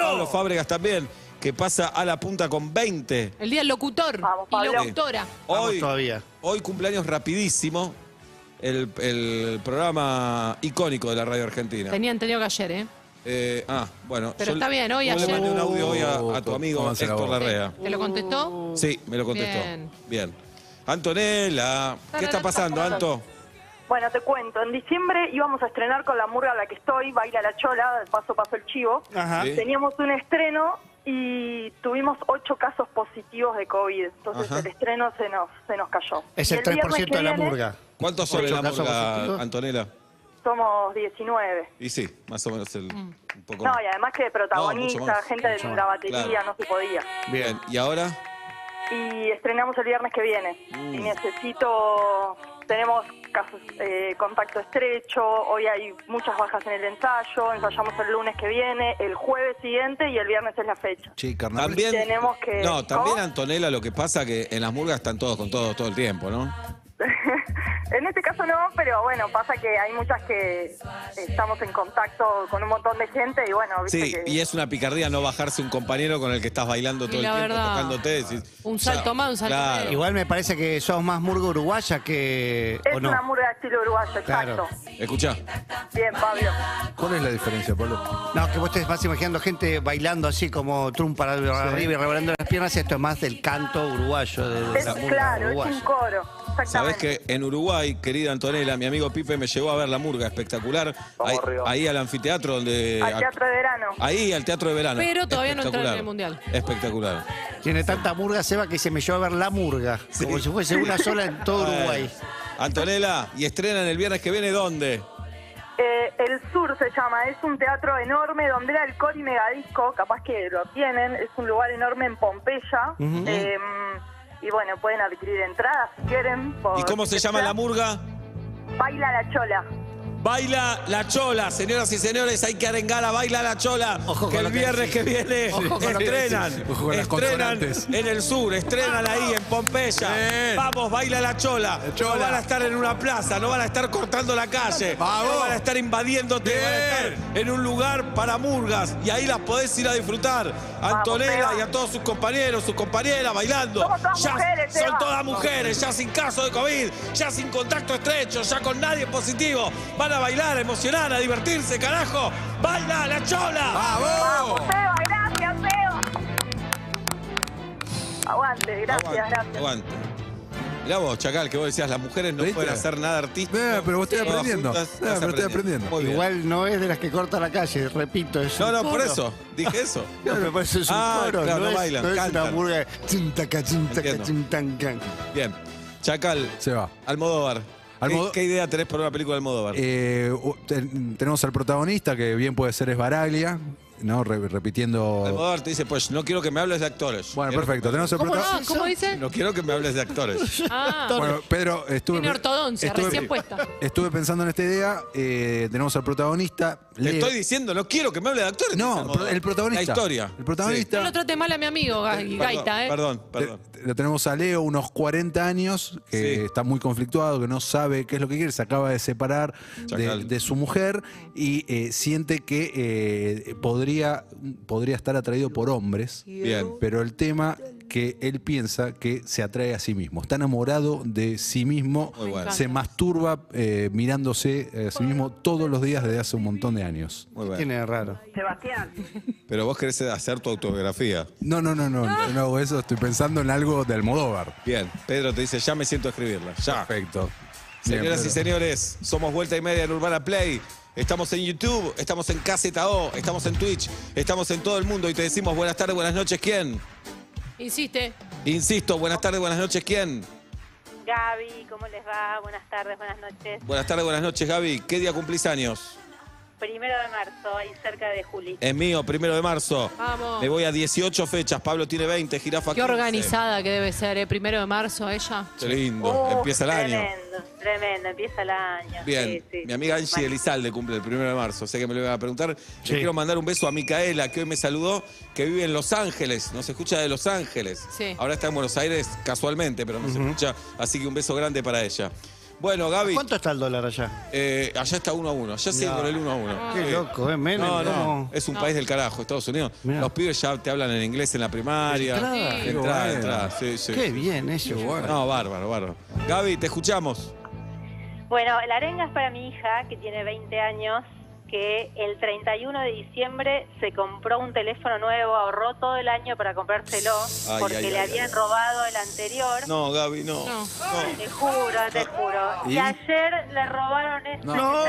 [SPEAKER 2] Pablo Fábregas también, que pasa a la punta con 20.
[SPEAKER 3] El día del locutor
[SPEAKER 8] Vamos,
[SPEAKER 3] y
[SPEAKER 8] Pablo.
[SPEAKER 3] locutora.
[SPEAKER 5] Vamos
[SPEAKER 2] Hoy,
[SPEAKER 5] todavía.
[SPEAKER 2] hoy cumpleaños rapidísimo. El, el programa icónico de la radio argentina.
[SPEAKER 3] Tenían tenido que ayer, ¿eh?
[SPEAKER 2] Eh, ah, bueno.
[SPEAKER 3] Pero está bien, hoy
[SPEAKER 2] yo le
[SPEAKER 3] ayer-
[SPEAKER 2] mandé un audio hoy a, a tu
[SPEAKER 4] Oh,
[SPEAKER 2] amigo
[SPEAKER 4] ¿cómo se la
[SPEAKER 2] Héctor
[SPEAKER 4] va?
[SPEAKER 2] Larrea.
[SPEAKER 3] ¿Te lo contestó?
[SPEAKER 2] Sí, me lo contestó. Bien.
[SPEAKER 3] Bien.
[SPEAKER 2] Antonella, ¿qué está pasando, Anto?
[SPEAKER 8] Bueno, te cuento, en diciembre íbamos a estrenar con la murga a la que estoy, Baila la Chola, paso paso el chivo.
[SPEAKER 5] Ajá.
[SPEAKER 2] Sí.
[SPEAKER 8] Teníamos un estreno y tuvimos ocho casos positivos de COVID, entonces
[SPEAKER 2] Ajá.
[SPEAKER 8] el estreno se nos, se nos cayó.
[SPEAKER 5] Es
[SPEAKER 8] Y
[SPEAKER 5] el
[SPEAKER 8] viernes
[SPEAKER 5] 3% de
[SPEAKER 8] que
[SPEAKER 5] la
[SPEAKER 8] viene
[SPEAKER 5] murga.
[SPEAKER 2] ¿Cuántos son en
[SPEAKER 5] Ocho
[SPEAKER 2] la
[SPEAKER 5] casos
[SPEAKER 2] murga,
[SPEAKER 5] positivos.
[SPEAKER 2] Antonella?
[SPEAKER 8] Somos 19.
[SPEAKER 2] Y sí, más o menos el,
[SPEAKER 3] Mm.
[SPEAKER 2] un poco.
[SPEAKER 8] No, y además que de
[SPEAKER 2] mucho
[SPEAKER 8] protagonista,
[SPEAKER 2] más,
[SPEAKER 8] gente de
[SPEAKER 2] mucho más,
[SPEAKER 8] la batería,
[SPEAKER 2] claro.
[SPEAKER 8] no se podía.
[SPEAKER 2] Bien, ¿y ahora?
[SPEAKER 8] y estrenamos el viernes que viene.
[SPEAKER 2] Mm.
[SPEAKER 8] Y necesito, tenemos casos, eh, contacto estrecho, hoy hay muchas bajas en el ensayo, ensayamos el lunes que viene, el jueves siguiente y el viernes es la fecha. (laughs)
[SPEAKER 4] Che, carnal.
[SPEAKER 2] También.
[SPEAKER 8] Tenemos que-
[SPEAKER 2] No, también
[SPEAKER 8] ¿Cómo?
[SPEAKER 2] Antonella, lo que pasa que en las murgas están todos con todos todo el tiempo, ¿no?
[SPEAKER 8] en este caso no, pero bueno, pasa que hay muchas que estamos en contacto con un montón de gente y bueno, viste
[SPEAKER 2] Sí,
[SPEAKER 8] que...
[SPEAKER 2] y es una picardía no bajarse un compañero con el que estás bailando
[SPEAKER 3] Y
[SPEAKER 2] todo el
[SPEAKER 3] la
[SPEAKER 2] tiempo,
[SPEAKER 3] verdad.
[SPEAKER 2] tocándote. decís,
[SPEAKER 3] Un
[SPEAKER 2] o sea,
[SPEAKER 3] salto más, un salto
[SPEAKER 2] claro.
[SPEAKER 3] menos.
[SPEAKER 5] Igual me parece que sos más murga uruguaya que.
[SPEAKER 8] es
[SPEAKER 5] ¿O no?
[SPEAKER 8] una murga de estilo uruguayo,
[SPEAKER 5] Claro.
[SPEAKER 8] exacto.
[SPEAKER 2] Escuchá,
[SPEAKER 8] Bien, Pablo.
[SPEAKER 4] ¿Cuál es la diferencia, Pablo?
[SPEAKER 5] No, que vos te vas imaginando gente bailando así como Trump para arriba y revolando las piernas. Esto es más del canto uruguayo, de, de
[SPEAKER 8] Es,
[SPEAKER 5] la murga
[SPEAKER 8] claro, es
[SPEAKER 5] uruguaya.
[SPEAKER 8] un coro. Exactamente.
[SPEAKER 2] sabés que en Uruguay, querida Antonella, mi amigo Pipe me llevó a ver la murga espectacular. Ahí, ahí al anfiteatro donde.
[SPEAKER 8] Al teatro de verano.
[SPEAKER 2] Ahí al teatro de verano.
[SPEAKER 3] Pero todavía no entraron
[SPEAKER 2] Espectacular.
[SPEAKER 3] en el Mundial.
[SPEAKER 2] Espectacular.
[SPEAKER 5] Tiene tanta murga, Seba, que se me llevó a ver la murga. Como si fuese Pues una sola en todo Uruguay.
[SPEAKER 2] (laughs) Bueno. Antonella, y estrenan el viernes que viene ¿dónde?
[SPEAKER 8] Eh, el Sur se llama, es un teatro enorme donde era el Cori Megadisco, capaz que lo tienen, es un lugar enorme en Pompeya. eh, y bueno, pueden adquirir entradas si quieren. por-
[SPEAKER 2] ¿Y cómo se llama la murga?
[SPEAKER 8] Baila la Chola.
[SPEAKER 2] Baila la chola, señoras y señores, hay que arengar a Baila la chola,
[SPEAKER 5] Ojo
[SPEAKER 2] que
[SPEAKER 5] con
[SPEAKER 2] el
[SPEAKER 5] lo que
[SPEAKER 2] viernes
[SPEAKER 5] decís.
[SPEAKER 2] que viene
[SPEAKER 5] Ojo con lo que
[SPEAKER 2] estrenan,
[SPEAKER 4] decís. Ojo con las
[SPEAKER 2] estrenan
[SPEAKER 4] consonantes.
[SPEAKER 2] en el sur, estrenan ahí en Pompeya.
[SPEAKER 4] Bien.
[SPEAKER 2] Vamos, Baila la chola.
[SPEAKER 4] La Chola.
[SPEAKER 2] No van a estar en una plaza, no van a estar cortando la calle,
[SPEAKER 4] Vamos.
[SPEAKER 2] no van a estar invadiéndote,
[SPEAKER 4] Bien.
[SPEAKER 2] van a estar en un lugar para murgas y ahí las podés ir a disfrutar. Antonella
[SPEAKER 8] Seba.
[SPEAKER 2] y a todos sus compañeros, sus compañeras bailando.
[SPEAKER 8] Somos todas
[SPEAKER 2] Ya
[SPEAKER 8] mujeres,
[SPEAKER 2] son
[SPEAKER 8] Seba.
[SPEAKER 2] todas las mujeres, ya sin caso de COVID, ya sin contacto estrecho, ya con nadie positivo. Van a bailar, a emocionar, a divertirse, carajo. ¡Baila la chola!
[SPEAKER 8] Vamos, Seba, gracias, Seba. Aguante, gracias,
[SPEAKER 2] Aguante,
[SPEAKER 8] gracias.
[SPEAKER 2] aguante. Mirá vos, Chacal, que vos decías, las mujeres no
[SPEAKER 4] ¿Viste?
[SPEAKER 2] pueden hacer nada artístico.
[SPEAKER 4] Eh, pero vos estás
[SPEAKER 2] Todas
[SPEAKER 4] aprendiendo.
[SPEAKER 2] juntas,
[SPEAKER 4] Eh,
[SPEAKER 2] estás
[SPEAKER 4] pero estás aprendiendo.
[SPEAKER 2] Muy bien.
[SPEAKER 5] Igual no es de las que corta la calle, repito. Es
[SPEAKER 2] No,
[SPEAKER 5] un
[SPEAKER 2] no, por
[SPEAKER 5] coro.
[SPEAKER 2] eso. Dije
[SPEAKER 5] (laughs)
[SPEAKER 2] eso.
[SPEAKER 5] Claro, pero eso es un
[SPEAKER 2] Ah,
[SPEAKER 5] coro,
[SPEAKER 2] claro,
[SPEAKER 5] no,
[SPEAKER 2] no
[SPEAKER 5] es,
[SPEAKER 2] bailan,
[SPEAKER 5] no es una
[SPEAKER 2] cantan.
[SPEAKER 5] murga. Chintaca, chintaca,
[SPEAKER 2] Entiendo.
[SPEAKER 5] chintancan.
[SPEAKER 2] Bien. Chacal,
[SPEAKER 4] Se va.
[SPEAKER 2] Almodóvar. ¿Qué-
[SPEAKER 4] Almodó-
[SPEAKER 2] ¿Qué, idea tenés para una película de Almodóvar?
[SPEAKER 4] Eh, u- ten- tenemos al protagonista, que bien puede ser es Baraglia, ¿no? Re- repitiendo.
[SPEAKER 2] Almodóvar te dice, pues no quiero que me hables de actores.
[SPEAKER 4] Bueno,
[SPEAKER 2] Quiero
[SPEAKER 4] perfecto.
[SPEAKER 2] que me-
[SPEAKER 4] Tenemos al
[SPEAKER 3] ¿Cómo
[SPEAKER 4] protagonista.
[SPEAKER 3] no? ¿Cómo dice?
[SPEAKER 2] No quiero que me hables de actores.
[SPEAKER 3] Ah,
[SPEAKER 4] Bueno, Pedro, estuve.
[SPEAKER 3] tiene ortodoncia
[SPEAKER 4] estuve-
[SPEAKER 3] recién puesta.
[SPEAKER 4] Estuve pensando en esta idea. eh, tenemos al protagonista.
[SPEAKER 2] Le
[SPEAKER 4] Leo.
[SPEAKER 2] estoy diciendo, no quiero que me hable de actores.
[SPEAKER 4] No,
[SPEAKER 2] dice
[SPEAKER 4] el
[SPEAKER 2] Almodóvar.
[SPEAKER 4] pro- el protagonista.
[SPEAKER 2] La historia.
[SPEAKER 4] El protagonista.
[SPEAKER 3] No lo trate mal a mi amigo, Ga-
[SPEAKER 2] Sí.
[SPEAKER 3] Gaita, ¿eh?
[SPEAKER 2] Perdón, perdón.
[SPEAKER 4] Te- te- Lo tenemos a Leo, unos 40 años, que
[SPEAKER 2] Sí.
[SPEAKER 4] está muy conflictuado, que no sabe qué es lo que quiere, se acaba de separar de,
[SPEAKER 2] Chacal.
[SPEAKER 4] de su mujer y eh, siente que eh, podría, podría estar atraído por hombres,
[SPEAKER 2] Bien.
[SPEAKER 4] pero el tema que él piensa que se atrae a sí mismo, está enamorado de sí mismo,
[SPEAKER 2] Muy bueno.
[SPEAKER 4] se masturba eh, mirándose a sí mismo todos los días desde hace un montón de años.
[SPEAKER 2] Muy bien.
[SPEAKER 5] Tiene de raro.
[SPEAKER 8] Sebastián.
[SPEAKER 2] Pero vos querés hacer tu autobiografía.
[SPEAKER 4] No, no, no, no, no, hago eso estoy pensando en algo de Almodóvar.
[SPEAKER 2] Bien, Pedro te dice, ya me siento a escribirla. Ya.
[SPEAKER 4] Perfecto. Bien,
[SPEAKER 2] Señoras y
[SPEAKER 4] Pedro.
[SPEAKER 2] señores, somos Vuelta y Media en Urbana Play. Estamos en YouTube, estamos en KZO, estamos en Twitch, estamos en todo el mundo y te decimos buenas tardes, buenas noches, ¿quién?
[SPEAKER 3] Insiste.
[SPEAKER 2] Insisto, buenas tardes, buenas noches, ¿quién?
[SPEAKER 9] Gaby, ¿cómo les va? Buenas tardes, buenas noches.
[SPEAKER 2] Buenas tardes, buenas noches, Gaby. ¿Qué día cumplís años?
[SPEAKER 9] Primero de marzo, ahí cerca de Juli.
[SPEAKER 2] Es mío, primero de marzo.
[SPEAKER 3] Vamos.
[SPEAKER 2] Me voy a 18 fechas. Pablo tiene 20, jirafa.
[SPEAKER 3] Qué
[SPEAKER 2] 15.
[SPEAKER 3] organizada que debe ser, ¿eh? Primero de marzo, ella.
[SPEAKER 2] Qué lindo.
[SPEAKER 9] Uh,
[SPEAKER 2] Empieza el año.
[SPEAKER 9] Tremendo, tremendo, empieza el año.
[SPEAKER 2] Bien,
[SPEAKER 9] Sí, sí.
[SPEAKER 2] mi amiga Angie Elizalde cumple el primero de marzo, sé que me lo iban a preguntar.
[SPEAKER 5] Sí.
[SPEAKER 2] Le quiero mandar un beso a Micaela, que hoy me saludó, que vive en Los Ángeles, nos escucha de Los Ángeles.
[SPEAKER 3] Sí.
[SPEAKER 2] Ahora está en Buenos Aires casualmente, pero nos escucha, así que un beso grande para ella. Bueno, Gaby,
[SPEAKER 5] ¿Cuánto está el dólar allá?
[SPEAKER 2] eh, allá está uno a uno, allá sigue
[SPEAKER 5] No.
[SPEAKER 2] con el uno a uno.
[SPEAKER 5] Qué
[SPEAKER 2] Sí.
[SPEAKER 5] loco, ¿eh? Menem,
[SPEAKER 2] No, Ah. no,
[SPEAKER 5] ¿cómo?
[SPEAKER 2] es un país del carajo, Estados Unidos.
[SPEAKER 5] Mirá.
[SPEAKER 2] Los pibes ya te hablan en inglés en la primaria.
[SPEAKER 5] Entrada,
[SPEAKER 2] entrada,
[SPEAKER 5] qué
[SPEAKER 2] entrada,
[SPEAKER 5] bueno.
[SPEAKER 2] sí, sí.
[SPEAKER 5] Qué bien eso.
[SPEAKER 2] No, bárbaro, bárbaro. Gaby, te escuchamos.
[SPEAKER 9] Bueno, la arenga es para mi hija, que tiene 20 años, que el 31 de diciembre se compró un teléfono nuevo, ahorró todo el año para comprárselo,
[SPEAKER 2] Ay,
[SPEAKER 9] porque
[SPEAKER 2] ay,
[SPEAKER 9] le
[SPEAKER 2] ay,
[SPEAKER 9] habían
[SPEAKER 2] ay.
[SPEAKER 9] robado el anterior.
[SPEAKER 2] No, Gaby, no.
[SPEAKER 3] No.
[SPEAKER 2] no.
[SPEAKER 9] Te juro, te juro.
[SPEAKER 4] ¿Y?
[SPEAKER 9] Y, ayer le robaron este
[SPEAKER 4] No.
[SPEAKER 9] que se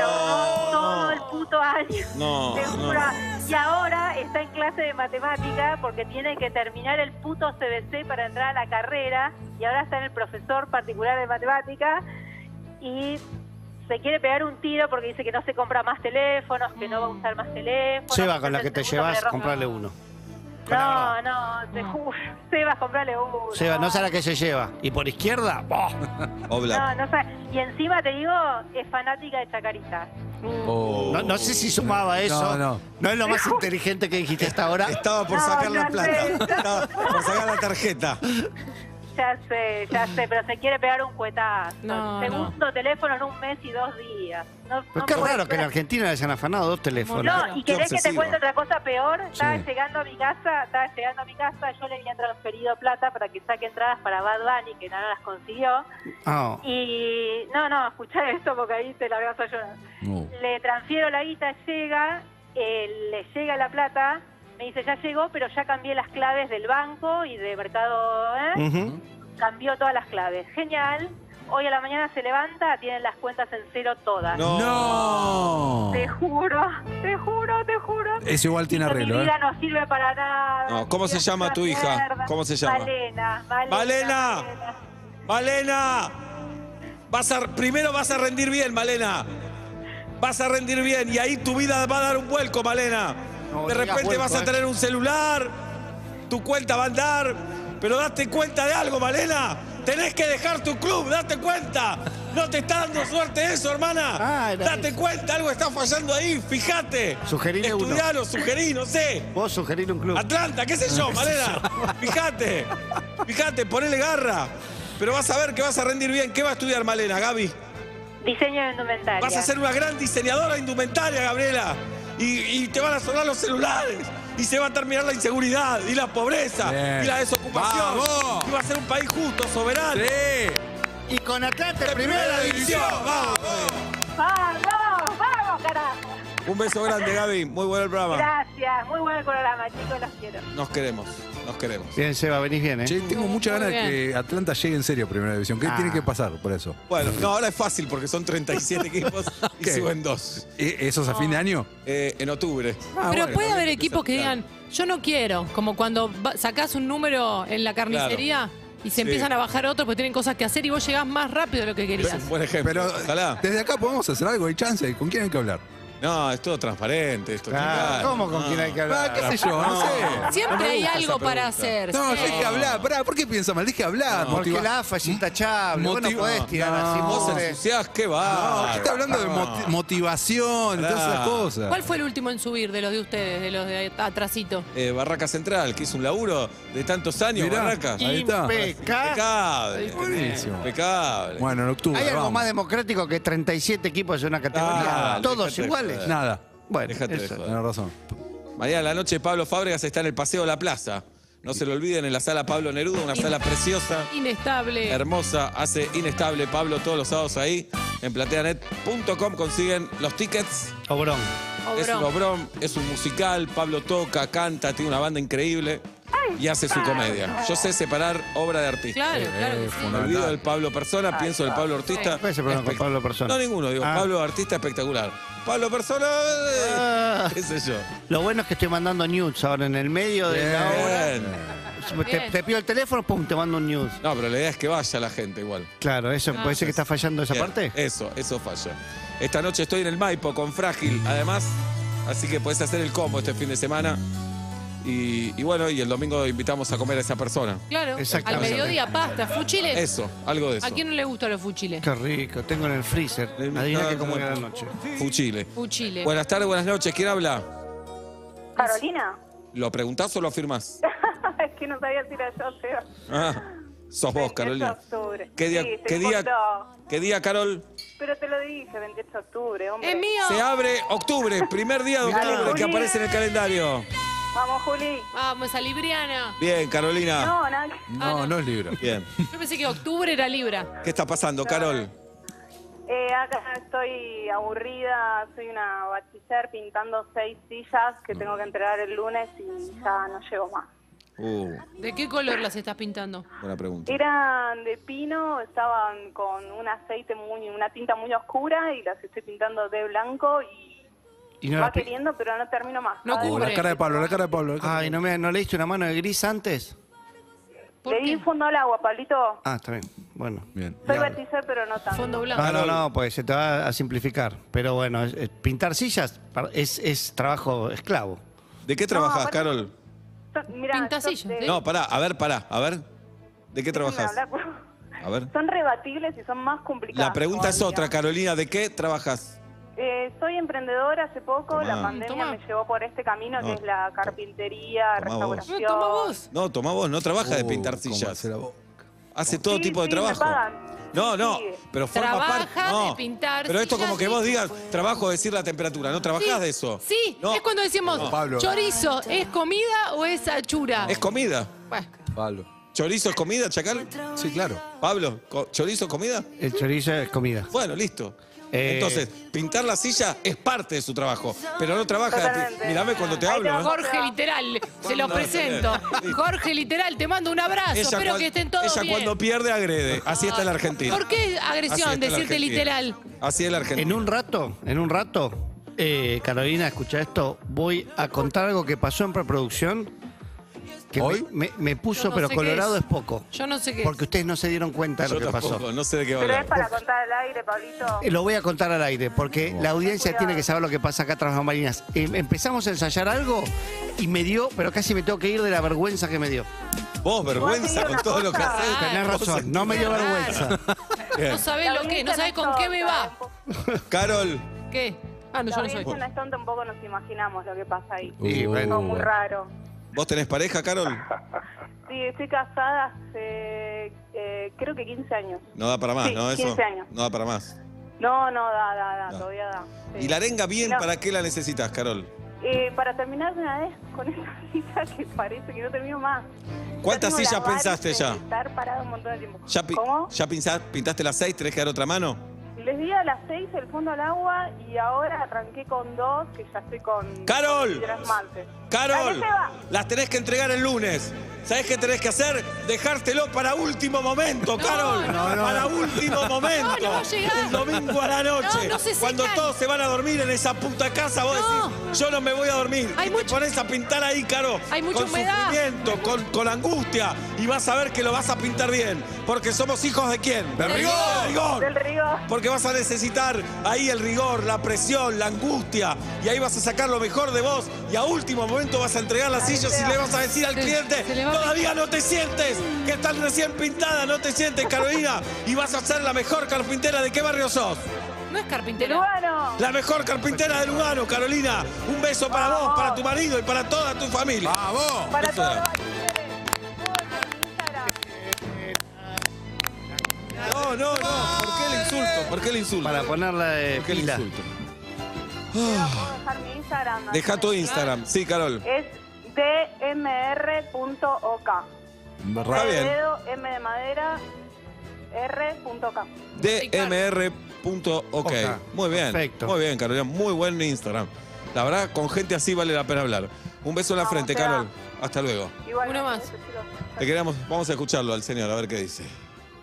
[SPEAKER 2] No.
[SPEAKER 9] ahorró todo el puto año.
[SPEAKER 2] No,
[SPEAKER 9] Te juro.
[SPEAKER 2] no.
[SPEAKER 9] Y ahora está en clase de matemática porque tiene que terminar el puto CBC para entrar a la carrera. Y ahora está en el profesor particular de matemática. Y se quiere pegar un tiro porque dice que no se compra más teléfonos, que no va a usar más teléfonos.
[SPEAKER 5] Seba, con la que te
[SPEAKER 9] Seguro le
[SPEAKER 5] llevas,
[SPEAKER 9] robó.
[SPEAKER 5] comprarle uno.
[SPEAKER 9] No, no, te juro. Seba, comprale uno.
[SPEAKER 5] Seba, no sabe la que se lleva. Y por izquierda, ¡oh! ¡boh!
[SPEAKER 2] Oblap.
[SPEAKER 9] No, no sabe. Y encima te digo, es fanática de Chacarita.
[SPEAKER 4] Oh.
[SPEAKER 5] No, no sé si sumaba eso.
[SPEAKER 4] No, no.
[SPEAKER 5] es lo más inteligente que dijiste hasta ahora.
[SPEAKER 2] Estaba por
[SPEAKER 9] No,
[SPEAKER 2] sacar la
[SPEAKER 9] ya
[SPEAKER 2] plata.
[SPEAKER 9] sé.
[SPEAKER 2] Estaba por sacar la tarjeta.
[SPEAKER 9] Ya sé, ya sé, pero se quiere pegar un cuetazo.
[SPEAKER 3] No,
[SPEAKER 9] Segundo teléfono en un mes y dos días. No,
[SPEAKER 5] Pero
[SPEAKER 9] no
[SPEAKER 5] qué
[SPEAKER 9] puede
[SPEAKER 5] raro que en
[SPEAKER 9] ser.
[SPEAKER 5] Argentina les hayan afanado dos teléfonos.
[SPEAKER 9] No, y
[SPEAKER 2] Qué
[SPEAKER 9] querés que te
[SPEAKER 2] obsesivo.
[SPEAKER 9] cuente otra cosa peor. Estaba
[SPEAKER 5] Sí.
[SPEAKER 9] llegando a mi casa, estaba llegando a mi casa, yo le había transferido plata para que saque entradas para Bad Bunny, que no las consiguió.
[SPEAKER 5] Ah,
[SPEAKER 9] Y no, no, escuchá esto porque ahí te la vas a llorar.
[SPEAKER 4] No.
[SPEAKER 9] Le transfiero la guita, llega, eh, le llega la plata, me dice, ya llegó, pero ya cambié las claves del banco y de mercado, ¿eh?
[SPEAKER 5] ujú.
[SPEAKER 9] cambió todas las claves. Genial. Hoy a la mañana se levanta, tienen las cuentas en cero todas.
[SPEAKER 2] No.
[SPEAKER 4] No.
[SPEAKER 9] Te juro, te juro, te juro.
[SPEAKER 4] Eso igual tiene arreglo,
[SPEAKER 9] Mi
[SPEAKER 4] ¿eh?
[SPEAKER 9] vida no sirve para nada.
[SPEAKER 2] No, ¿cómo se
[SPEAKER 9] Es una
[SPEAKER 2] llama tu hija?
[SPEAKER 9] mierda.
[SPEAKER 2] ¿Cómo se llama?
[SPEAKER 9] Malena. Malena.
[SPEAKER 2] Malena.
[SPEAKER 9] Malena.
[SPEAKER 2] ¡Malena! Vas a- primero vas a rendir bien, Malena. Vas a rendir bien y ahí tu vida va a dar un vuelco, Malena.
[SPEAKER 5] No,
[SPEAKER 2] De
[SPEAKER 5] digas
[SPEAKER 2] repente
[SPEAKER 5] vuelco,
[SPEAKER 2] vas a
[SPEAKER 5] eh.
[SPEAKER 2] tener un celular, tu cuenta va a andar, pero date cuenta de algo, Malena. Tenés que dejar tu club, date cuenta. No te está dando suerte eso, hermana.
[SPEAKER 5] Ah, era
[SPEAKER 2] date
[SPEAKER 5] eso.
[SPEAKER 2] cuenta, algo está fallando ahí, fíjate.
[SPEAKER 5] Sugerile uno.
[SPEAKER 2] Estudialo, sugerí, no sé.
[SPEAKER 5] Vos sugerir un club.
[SPEAKER 2] Atlanta, qué sé yo, Malena. Fíjate, fíjate, ponele garra. Pero vas a ver que vas a rendir bien. ¿Qué va a estudiar Malena, Gaby?
[SPEAKER 9] Diseño de indumentaria.
[SPEAKER 2] Vas a ser una gran diseñadora indumentaria, Gabriela. Y, y te van a sonar los celulares. Y se va a terminar la inseguridad, y la pobreza,
[SPEAKER 4] Bien.
[SPEAKER 2] y la desocupación.
[SPEAKER 4] ¡Vamos!
[SPEAKER 2] Y va a ser un país justo, soberano.
[SPEAKER 5] Y con Atlante,
[SPEAKER 2] de
[SPEAKER 5] primera división.
[SPEAKER 2] ¡Vamos!
[SPEAKER 9] ¡Vamos, vamos, carajo!
[SPEAKER 2] Un beso grande, Gaby. Muy bueno el programa.
[SPEAKER 9] Gracias. Muy buen programa, chicos, los quiero.
[SPEAKER 2] Nos queremos, nos queremos.
[SPEAKER 5] Bien, Seba, venís bien, ¿eh?
[SPEAKER 4] Che, tengo mucha
[SPEAKER 3] Muy
[SPEAKER 4] ganas de
[SPEAKER 3] bien.
[SPEAKER 4] que Atlanta llegue en serio a Primera División. ¿Qué
[SPEAKER 5] Ah.
[SPEAKER 4] tiene que pasar por eso?
[SPEAKER 2] Bueno, no, ahora es fácil porque son 37
[SPEAKER 4] (laughs)
[SPEAKER 2] equipos y
[SPEAKER 4] ¿Qué?
[SPEAKER 2] suben dos.
[SPEAKER 4] ¿E- ¿Eso es a fin de año?
[SPEAKER 2] Eh, en octubre.
[SPEAKER 3] Ah. Pero puede haber
[SPEAKER 2] habría que
[SPEAKER 3] equipos que
[SPEAKER 2] empezar a
[SPEAKER 3] digan, yo no quiero, como cuando va- sacás un número en la carnicería y se
[SPEAKER 2] Sí.
[SPEAKER 3] empiezan a bajar otros porque tienen cosas que hacer y vos llegás más rápido de lo que
[SPEAKER 2] Es
[SPEAKER 3] querías.
[SPEAKER 2] un buen ejemplo.
[SPEAKER 4] Pero
[SPEAKER 2] Ojalá.
[SPEAKER 4] desde acá podemos hacer algo, hay chance. ¿Con quién hay que hablar?
[SPEAKER 2] No, es todo transparente. Esto,
[SPEAKER 5] Ah,
[SPEAKER 2] total.
[SPEAKER 5] ¿Cómo con quién hay que
[SPEAKER 4] Ah,
[SPEAKER 5] hablar?
[SPEAKER 4] ¿Qué sé yo? No sé.
[SPEAKER 2] No me
[SPEAKER 3] Siempre hay
[SPEAKER 2] gusta
[SPEAKER 3] algo
[SPEAKER 2] esa
[SPEAKER 3] para
[SPEAKER 2] pregunta.
[SPEAKER 3] hacer.
[SPEAKER 4] No,
[SPEAKER 3] sí.
[SPEAKER 4] deje hablar. Pará, ¿por qué piensa mal? Deje hablar.
[SPEAKER 5] Porque
[SPEAKER 4] motiva-
[SPEAKER 5] la AFA es intachable. Vos no
[SPEAKER 4] Motiva-
[SPEAKER 5] podés tirar
[SPEAKER 4] No.
[SPEAKER 5] así.
[SPEAKER 2] Vos
[SPEAKER 5] pobre.
[SPEAKER 2] ensuciás, qué
[SPEAKER 4] No,
[SPEAKER 2] va.
[SPEAKER 4] aquí está hablando de moti- motivación,
[SPEAKER 2] Pará.
[SPEAKER 4] todas esas cosas.
[SPEAKER 3] ¿Cuál fue el último en subir de los de ustedes, de los de atrasito?
[SPEAKER 2] Eh, Barraca Central, que hizo un laburo de tantos años,
[SPEAKER 4] Mirá,
[SPEAKER 2] Barraca.
[SPEAKER 4] ahí está.
[SPEAKER 5] Impecable.
[SPEAKER 2] Impecable.
[SPEAKER 4] Buenísimo.
[SPEAKER 2] Impecable.
[SPEAKER 4] Bueno, en octubre.
[SPEAKER 5] ¿Hay algo
[SPEAKER 4] vamos. Ah,
[SPEAKER 5] más democrático que 37 equipos en una categoría?
[SPEAKER 2] Dale,
[SPEAKER 5] Todos
[SPEAKER 2] dejate de
[SPEAKER 5] iguales.
[SPEAKER 2] joder.
[SPEAKER 4] Nada.
[SPEAKER 5] Bueno,
[SPEAKER 2] Déjate de
[SPEAKER 5] eso.
[SPEAKER 2] joder.
[SPEAKER 4] Tenés razón.
[SPEAKER 2] Mañana a la noche Pablo Fábregas está en el Paseo de la Plaza. No se lo olviden, en la sala Pablo Neruda, una sala preciosa,
[SPEAKER 3] Inestable.
[SPEAKER 2] Er- hermosa, hace inestable Pablo todos los sábados ahí. En plateanet.com consiguen los tickets.
[SPEAKER 5] Obrón.
[SPEAKER 2] Es un
[SPEAKER 3] Obrón.
[SPEAKER 2] obrón, es un musical, Pablo toca, canta, tiene una banda increíble y hace su comedia. Yo sé separar obra de artista.
[SPEAKER 3] Claro, claro que
[SPEAKER 4] Eh,
[SPEAKER 3] sí.
[SPEAKER 2] Me
[SPEAKER 4] fundamental.
[SPEAKER 2] olvido del Pablo Persona, pienso del Pablo Artista.
[SPEAKER 5] ¿Cuál es el problema con
[SPEAKER 2] Espec-
[SPEAKER 5] Pablo Persona?
[SPEAKER 2] No, ninguno. Digo,
[SPEAKER 5] Ah.
[SPEAKER 2] Pablo Artista espectacular. Pablo Persona, eh,
[SPEAKER 5] Ah.
[SPEAKER 2] qué sé yo.
[SPEAKER 5] Lo bueno es que estoy mandando news ahora en el medio de la hora.
[SPEAKER 2] Bien.
[SPEAKER 5] Te,
[SPEAKER 3] Bien.
[SPEAKER 5] te pido el teléfono, pum, te mando un news.
[SPEAKER 2] No, pero la idea es que vaya la gente igual.
[SPEAKER 5] Claro, eso puede ser que está fallando esa
[SPEAKER 2] Bien,
[SPEAKER 5] parte.
[SPEAKER 2] Eso, eso falla. Esta noche estoy en el Maipo con Frágil, además. Así que puedes hacer el combo este fin de semana. Y, y bueno, y el domingo invitamos a comer a esa persona.
[SPEAKER 3] Claro, al
[SPEAKER 5] Exactamente.
[SPEAKER 3] mediodía pasta, fuchiles.
[SPEAKER 2] Eso, algo de eso.
[SPEAKER 3] ¿A quién no le gustan los fuchiles?
[SPEAKER 5] Qué rico, tengo en el freezer.
[SPEAKER 2] Le-
[SPEAKER 5] Adivina que
[SPEAKER 2] no, no,
[SPEAKER 5] como era la
[SPEAKER 2] no.
[SPEAKER 5] noche.
[SPEAKER 2] Fuchile.
[SPEAKER 3] Fuchiles.
[SPEAKER 2] Buenas tardes, buenas noches. ¿Quién habla?
[SPEAKER 10] Carolina, (laughs)
[SPEAKER 2] ¿Lo preguntás o lo afirmás?
[SPEAKER 10] es que no sabía si era yo, Seba.
[SPEAKER 2] Ah, sos vos,
[SPEAKER 10] 28
[SPEAKER 2] Carolina.
[SPEAKER 10] de octubre.
[SPEAKER 2] ¿Qué día,
[SPEAKER 10] Sí, estoy
[SPEAKER 2] qué día,
[SPEAKER 10] contó.
[SPEAKER 2] qué día, Carol?
[SPEAKER 10] Pero te lo dije, 28 de octubre, hombre.
[SPEAKER 3] ¡Es mío!
[SPEAKER 2] Se abre octubre, primer día de octubre que
[SPEAKER 10] Juli.
[SPEAKER 2] aparece en el calendario.
[SPEAKER 10] Vamos, Juli.
[SPEAKER 3] Vamos a Libriana.
[SPEAKER 2] Bien, Carolina. Ah,
[SPEAKER 10] No, nada. que-
[SPEAKER 4] No, no es libro.
[SPEAKER 2] Bien.
[SPEAKER 3] Yo pensé que octubre era Libra.
[SPEAKER 2] ¿Qué está pasando, Carol?
[SPEAKER 10] Eh, acá estoy aburrida, soy una bachiller pintando seis sillas
[SPEAKER 2] Mm.
[SPEAKER 10] que tengo que entregar el lunes y ya no llego más.
[SPEAKER 2] Uh,
[SPEAKER 3] ¿De qué color las estás pintando?
[SPEAKER 2] buena pregunta.
[SPEAKER 10] Eran de pino, estaban con un aceite muy, una tinta muy oscura y las estoy pintando de blanco y
[SPEAKER 5] Y no
[SPEAKER 10] va
[SPEAKER 5] la pi-
[SPEAKER 10] queriendo, pero no termino más.
[SPEAKER 3] No
[SPEAKER 10] Cada vez
[SPEAKER 4] Uh,
[SPEAKER 3] cubre.
[SPEAKER 10] que
[SPEAKER 4] la cara de Pablo, la cara de Pablo. la cara de
[SPEAKER 5] Ay, ¿no, me, ¿no le diste una mano de gris antes?
[SPEAKER 3] ¿Por
[SPEAKER 10] Le di
[SPEAKER 3] qué?
[SPEAKER 10] un fondo al agua, Pablito.
[SPEAKER 5] Ah, está bien. Bueno.
[SPEAKER 4] Pablo. Bien.
[SPEAKER 10] Soy bachiller, pero no tanto.
[SPEAKER 3] Fondo blanco.
[SPEAKER 5] No, no, no, pues se te va a simplificar. Pero bueno, es- es- pintar sillas par- es, es trabajo esclavo.
[SPEAKER 2] ¿De qué trabajás,
[SPEAKER 10] aparte-
[SPEAKER 2] Carol?
[SPEAKER 10] Son- mirá,
[SPEAKER 3] Pinta
[SPEAKER 10] son
[SPEAKER 3] sillas,
[SPEAKER 10] de-
[SPEAKER 3] ¿eh?
[SPEAKER 2] No, pará, a ver, pará, a ver. ¿De qué
[SPEAKER 10] déjenme
[SPEAKER 2] trabajás?
[SPEAKER 10] hablar, por-
[SPEAKER 2] A ver.
[SPEAKER 10] Son rebatibles y son más complicadas.
[SPEAKER 2] La pregunta es
[SPEAKER 10] todavía.
[SPEAKER 2] otra, Carolina, ¿de qué trabajás?
[SPEAKER 10] Eh, soy emprendedora hace poco,
[SPEAKER 2] Tomá.
[SPEAKER 10] la pandemia
[SPEAKER 3] Tomá.
[SPEAKER 10] me llevó por este camino
[SPEAKER 2] No.
[SPEAKER 10] que es la carpintería,
[SPEAKER 2] Tomá vos.
[SPEAKER 10] restauración.
[SPEAKER 3] No, toma vos.
[SPEAKER 2] No, tomá vos, no trabaja de
[SPEAKER 4] Uh,
[SPEAKER 2] pintar
[SPEAKER 4] cómo
[SPEAKER 2] sillas.
[SPEAKER 4] hace la voz.
[SPEAKER 2] Hace todo
[SPEAKER 10] Sí,
[SPEAKER 2] tipo de
[SPEAKER 10] sí, me
[SPEAKER 2] trabajo.
[SPEAKER 10] pagan.
[SPEAKER 2] No, no,
[SPEAKER 10] Sí.
[SPEAKER 2] pero forma
[SPEAKER 3] Trabaja
[SPEAKER 2] parte. No,
[SPEAKER 3] de pintar
[SPEAKER 2] Pero esto
[SPEAKER 3] sillas
[SPEAKER 2] como que
[SPEAKER 3] y-
[SPEAKER 2] vos digas, trabajo de decir la temperatura, no trabajás
[SPEAKER 3] Sí,
[SPEAKER 2] de eso.
[SPEAKER 3] Sí,
[SPEAKER 2] No,
[SPEAKER 3] es cuando decimos,
[SPEAKER 4] No, Pablo.
[SPEAKER 3] chorizo,
[SPEAKER 10] Ah,
[SPEAKER 3] ¿es comida o es achura?
[SPEAKER 2] Es comida.
[SPEAKER 3] Bueno,
[SPEAKER 4] Pablo.
[SPEAKER 2] ¿Chorizo es comida, chacal?
[SPEAKER 4] Sí, claro.
[SPEAKER 2] Pablo, co- ¿chorizo es comida?
[SPEAKER 5] El chorizo es comida.
[SPEAKER 2] Bueno, listo.
[SPEAKER 5] Eh.
[SPEAKER 2] Entonces, pintar la silla es parte de su trabajo, pero no trabaja.
[SPEAKER 10] Totalmente.
[SPEAKER 2] Mírame cuando te
[SPEAKER 10] Ahí
[SPEAKER 2] hablo.
[SPEAKER 10] te va,
[SPEAKER 2] ¿eh?
[SPEAKER 3] Jorge Literal, se lo
[SPEAKER 2] No,
[SPEAKER 3] presento.
[SPEAKER 2] bien.
[SPEAKER 3] Jorge Literal, te mando un abrazo. Espero
[SPEAKER 2] cuan-
[SPEAKER 3] que estén todos
[SPEAKER 2] ella
[SPEAKER 3] bien.
[SPEAKER 2] cuando pierde agrede. Así está la Argentina.
[SPEAKER 3] ¿Por qué
[SPEAKER 2] Así
[SPEAKER 3] agresión?
[SPEAKER 2] está la
[SPEAKER 3] Decirte
[SPEAKER 2] Argentina.
[SPEAKER 3] literal.
[SPEAKER 2] Así es la Argentina.
[SPEAKER 5] En un rato, en un rato, eh, Carolina, escucha esto, voy a contar algo que pasó en preproducción que me-
[SPEAKER 4] ¿Hoy?
[SPEAKER 5] Me, me puso,
[SPEAKER 3] Yo no
[SPEAKER 5] pero
[SPEAKER 3] sé qué
[SPEAKER 5] colorado
[SPEAKER 3] es.
[SPEAKER 5] es. poco.
[SPEAKER 3] Yo no sé qué.
[SPEAKER 5] Porque ustedes no se dieron cuenta de
[SPEAKER 2] Yo
[SPEAKER 5] lo que
[SPEAKER 2] tampoco,
[SPEAKER 5] pasó.
[SPEAKER 2] no sé de qué va a
[SPEAKER 10] Pero es
[SPEAKER 2] hablar.
[SPEAKER 10] para contar al aire, Pablito.
[SPEAKER 5] Eh, Lo voy a contar al aire, porque la audiencia tiene que saber lo que pasa acá tras las marinas. empezamos a ensayar algo y me dio, pero casi me tengo que ir de la vergüenza que me dio.
[SPEAKER 2] Vos, vergüenza
[SPEAKER 10] digo
[SPEAKER 2] con
[SPEAKER 10] una
[SPEAKER 2] todo lo que
[SPEAKER 10] cosa.
[SPEAKER 2] haces.
[SPEAKER 5] Tenés razón, no me dio
[SPEAKER 3] Claro.
[SPEAKER 5] vergüenza.
[SPEAKER 3] No sabés
[SPEAKER 10] La
[SPEAKER 3] lo que, no
[SPEAKER 10] audiencia
[SPEAKER 3] sabés
[SPEAKER 10] es
[SPEAKER 3] con qué me
[SPEAKER 10] tonta,
[SPEAKER 3] va.
[SPEAKER 10] un po-
[SPEAKER 2] Carol,
[SPEAKER 3] ¿Qué? Ah, no,
[SPEAKER 10] La
[SPEAKER 3] yo no soy.
[SPEAKER 10] audiencia no es tonta, un poco nos imaginamos lo que pasa ahí.
[SPEAKER 5] Y
[SPEAKER 4] Uh,
[SPEAKER 5] bueno.
[SPEAKER 10] Todo muy raro.
[SPEAKER 2] ¿vos tenés pareja, Carol?
[SPEAKER 10] Sí, estoy casada hace eh, creo que 15 años.
[SPEAKER 2] No da para más,
[SPEAKER 10] Sí,
[SPEAKER 2] ¿no? Eso.
[SPEAKER 10] 15 años.
[SPEAKER 2] No da para más.
[SPEAKER 10] No, no, da, da, da,
[SPEAKER 2] Da.
[SPEAKER 10] todavía da. sí.
[SPEAKER 2] ¿Y la arenga bien?
[SPEAKER 10] No.
[SPEAKER 2] ¿Para qué la necesitas, Carol?
[SPEAKER 10] Eh, para terminar de una vez con esa (laughs) cita que parece que no termino más.
[SPEAKER 2] ¿Cuántas
[SPEAKER 10] Ya tengo
[SPEAKER 2] sillas
[SPEAKER 10] la vara
[SPEAKER 2] pensaste
[SPEAKER 10] de
[SPEAKER 2] ya?
[SPEAKER 10] Estar parado un montón de tiempo.
[SPEAKER 2] ¿Ya, pi-
[SPEAKER 10] ¿Cómo?
[SPEAKER 2] ya pinzás- pintaste las seis? ¿Tenés que dar otra mano?
[SPEAKER 10] Les di a las 6 el fondo al agua y ahora arranqué con dos que ya estoy con...
[SPEAKER 2] ¡Carol!
[SPEAKER 10] con piedras Marte.
[SPEAKER 2] ¡Carol!
[SPEAKER 10] Dale, Seba.
[SPEAKER 2] Las tenés que entregar el lunes. ¿Sabés qué tenés que hacer? Dejártelo para último
[SPEAKER 3] (laughs)
[SPEAKER 2] momento, Carol.
[SPEAKER 5] No, no.
[SPEAKER 2] Para último momento.
[SPEAKER 3] No, no va a llegar.
[SPEAKER 2] El domingo a la noche.
[SPEAKER 3] No, no se secan.
[SPEAKER 2] Cuando todos se van a dormir en esa puta casa, vos
[SPEAKER 3] No.
[SPEAKER 2] decís, yo no me voy a dormir.
[SPEAKER 3] Hay
[SPEAKER 2] y te
[SPEAKER 3] mucho-
[SPEAKER 2] pones a pintar ahí, Caro.
[SPEAKER 3] Hay mucha
[SPEAKER 2] con
[SPEAKER 3] humedad.
[SPEAKER 2] sufrimiento, con, con angustia. Y vas a ver que lo vas a pintar bien. Porque somos hijos de quién?
[SPEAKER 4] ¡De rigor!
[SPEAKER 2] De rigor.
[SPEAKER 8] Del río.
[SPEAKER 2] Porque vas a necesitar ahí el rigor, la presión, la angustia. Y ahí vas a sacar lo mejor de vos. Y a último momento vas a entregar las sillas y le vas a decir al
[SPEAKER 3] Se-
[SPEAKER 2] cliente,
[SPEAKER 3] se le va a
[SPEAKER 2] todavía no te sientes, que están recién pintadas, no te sientes, Carolina. Y vas a ser la mejor carpintera de qué barrio sos.
[SPEAKER 3] No es carpintero.
[SPEAKER 8] Peruano.
[SPEAKER 2] La mejor carpintera del Lugano, Carolina. Un beso para vos, para tu marido y para toda tu familia.
[SPEAKER 4] ¡Vamos!
[SPEAKER 8] Para
[SPEAKER 2] Eso
[SPEAKER 8] todos.
[SPEAKER 2] era. No, no, no. ¿Por qué el insulto? ¿Por qué el insulto?
[SPEAKER 5] Para ponerla de
[SPEAKER 2] ¿Por qué el
[SPEAKER 5] pila.
[SPEAKER 2] insulto?
[SPEAKER 8] Dejar mi Instagram.
[SPEAKER 2] Deja tu Instagram. Sí, Carol.
[SPEAKER 8] Es dmr.ok.
[SPEAKER 2] Está bien.
[SPEAKER 8] Dedo, M de madera, r.k.
[SPEAKER 2] DMR.OK.
[SPEAKER 5] Oja.
[SPEAKER 2] Muy bien.
[SPEAKER 5] Perfecto.
[SPEAKER 2] Muy bien, Carolina. Muy buen Instagram. La verdad, con gente así vale la pena hablar. Un beso en la
[SPEAKER 8] Vamos,
[SPEAKER 2] frente,
[SPEAKER 8] te va.
[SPEAKER 2] Carol. Hasta luego.
[SPEAKER 8] Igual.
[SPEAKER 3] Una más.
[SPEAKER 2] Te queremos, vamos a escucharlo al señor, a ver qué dice.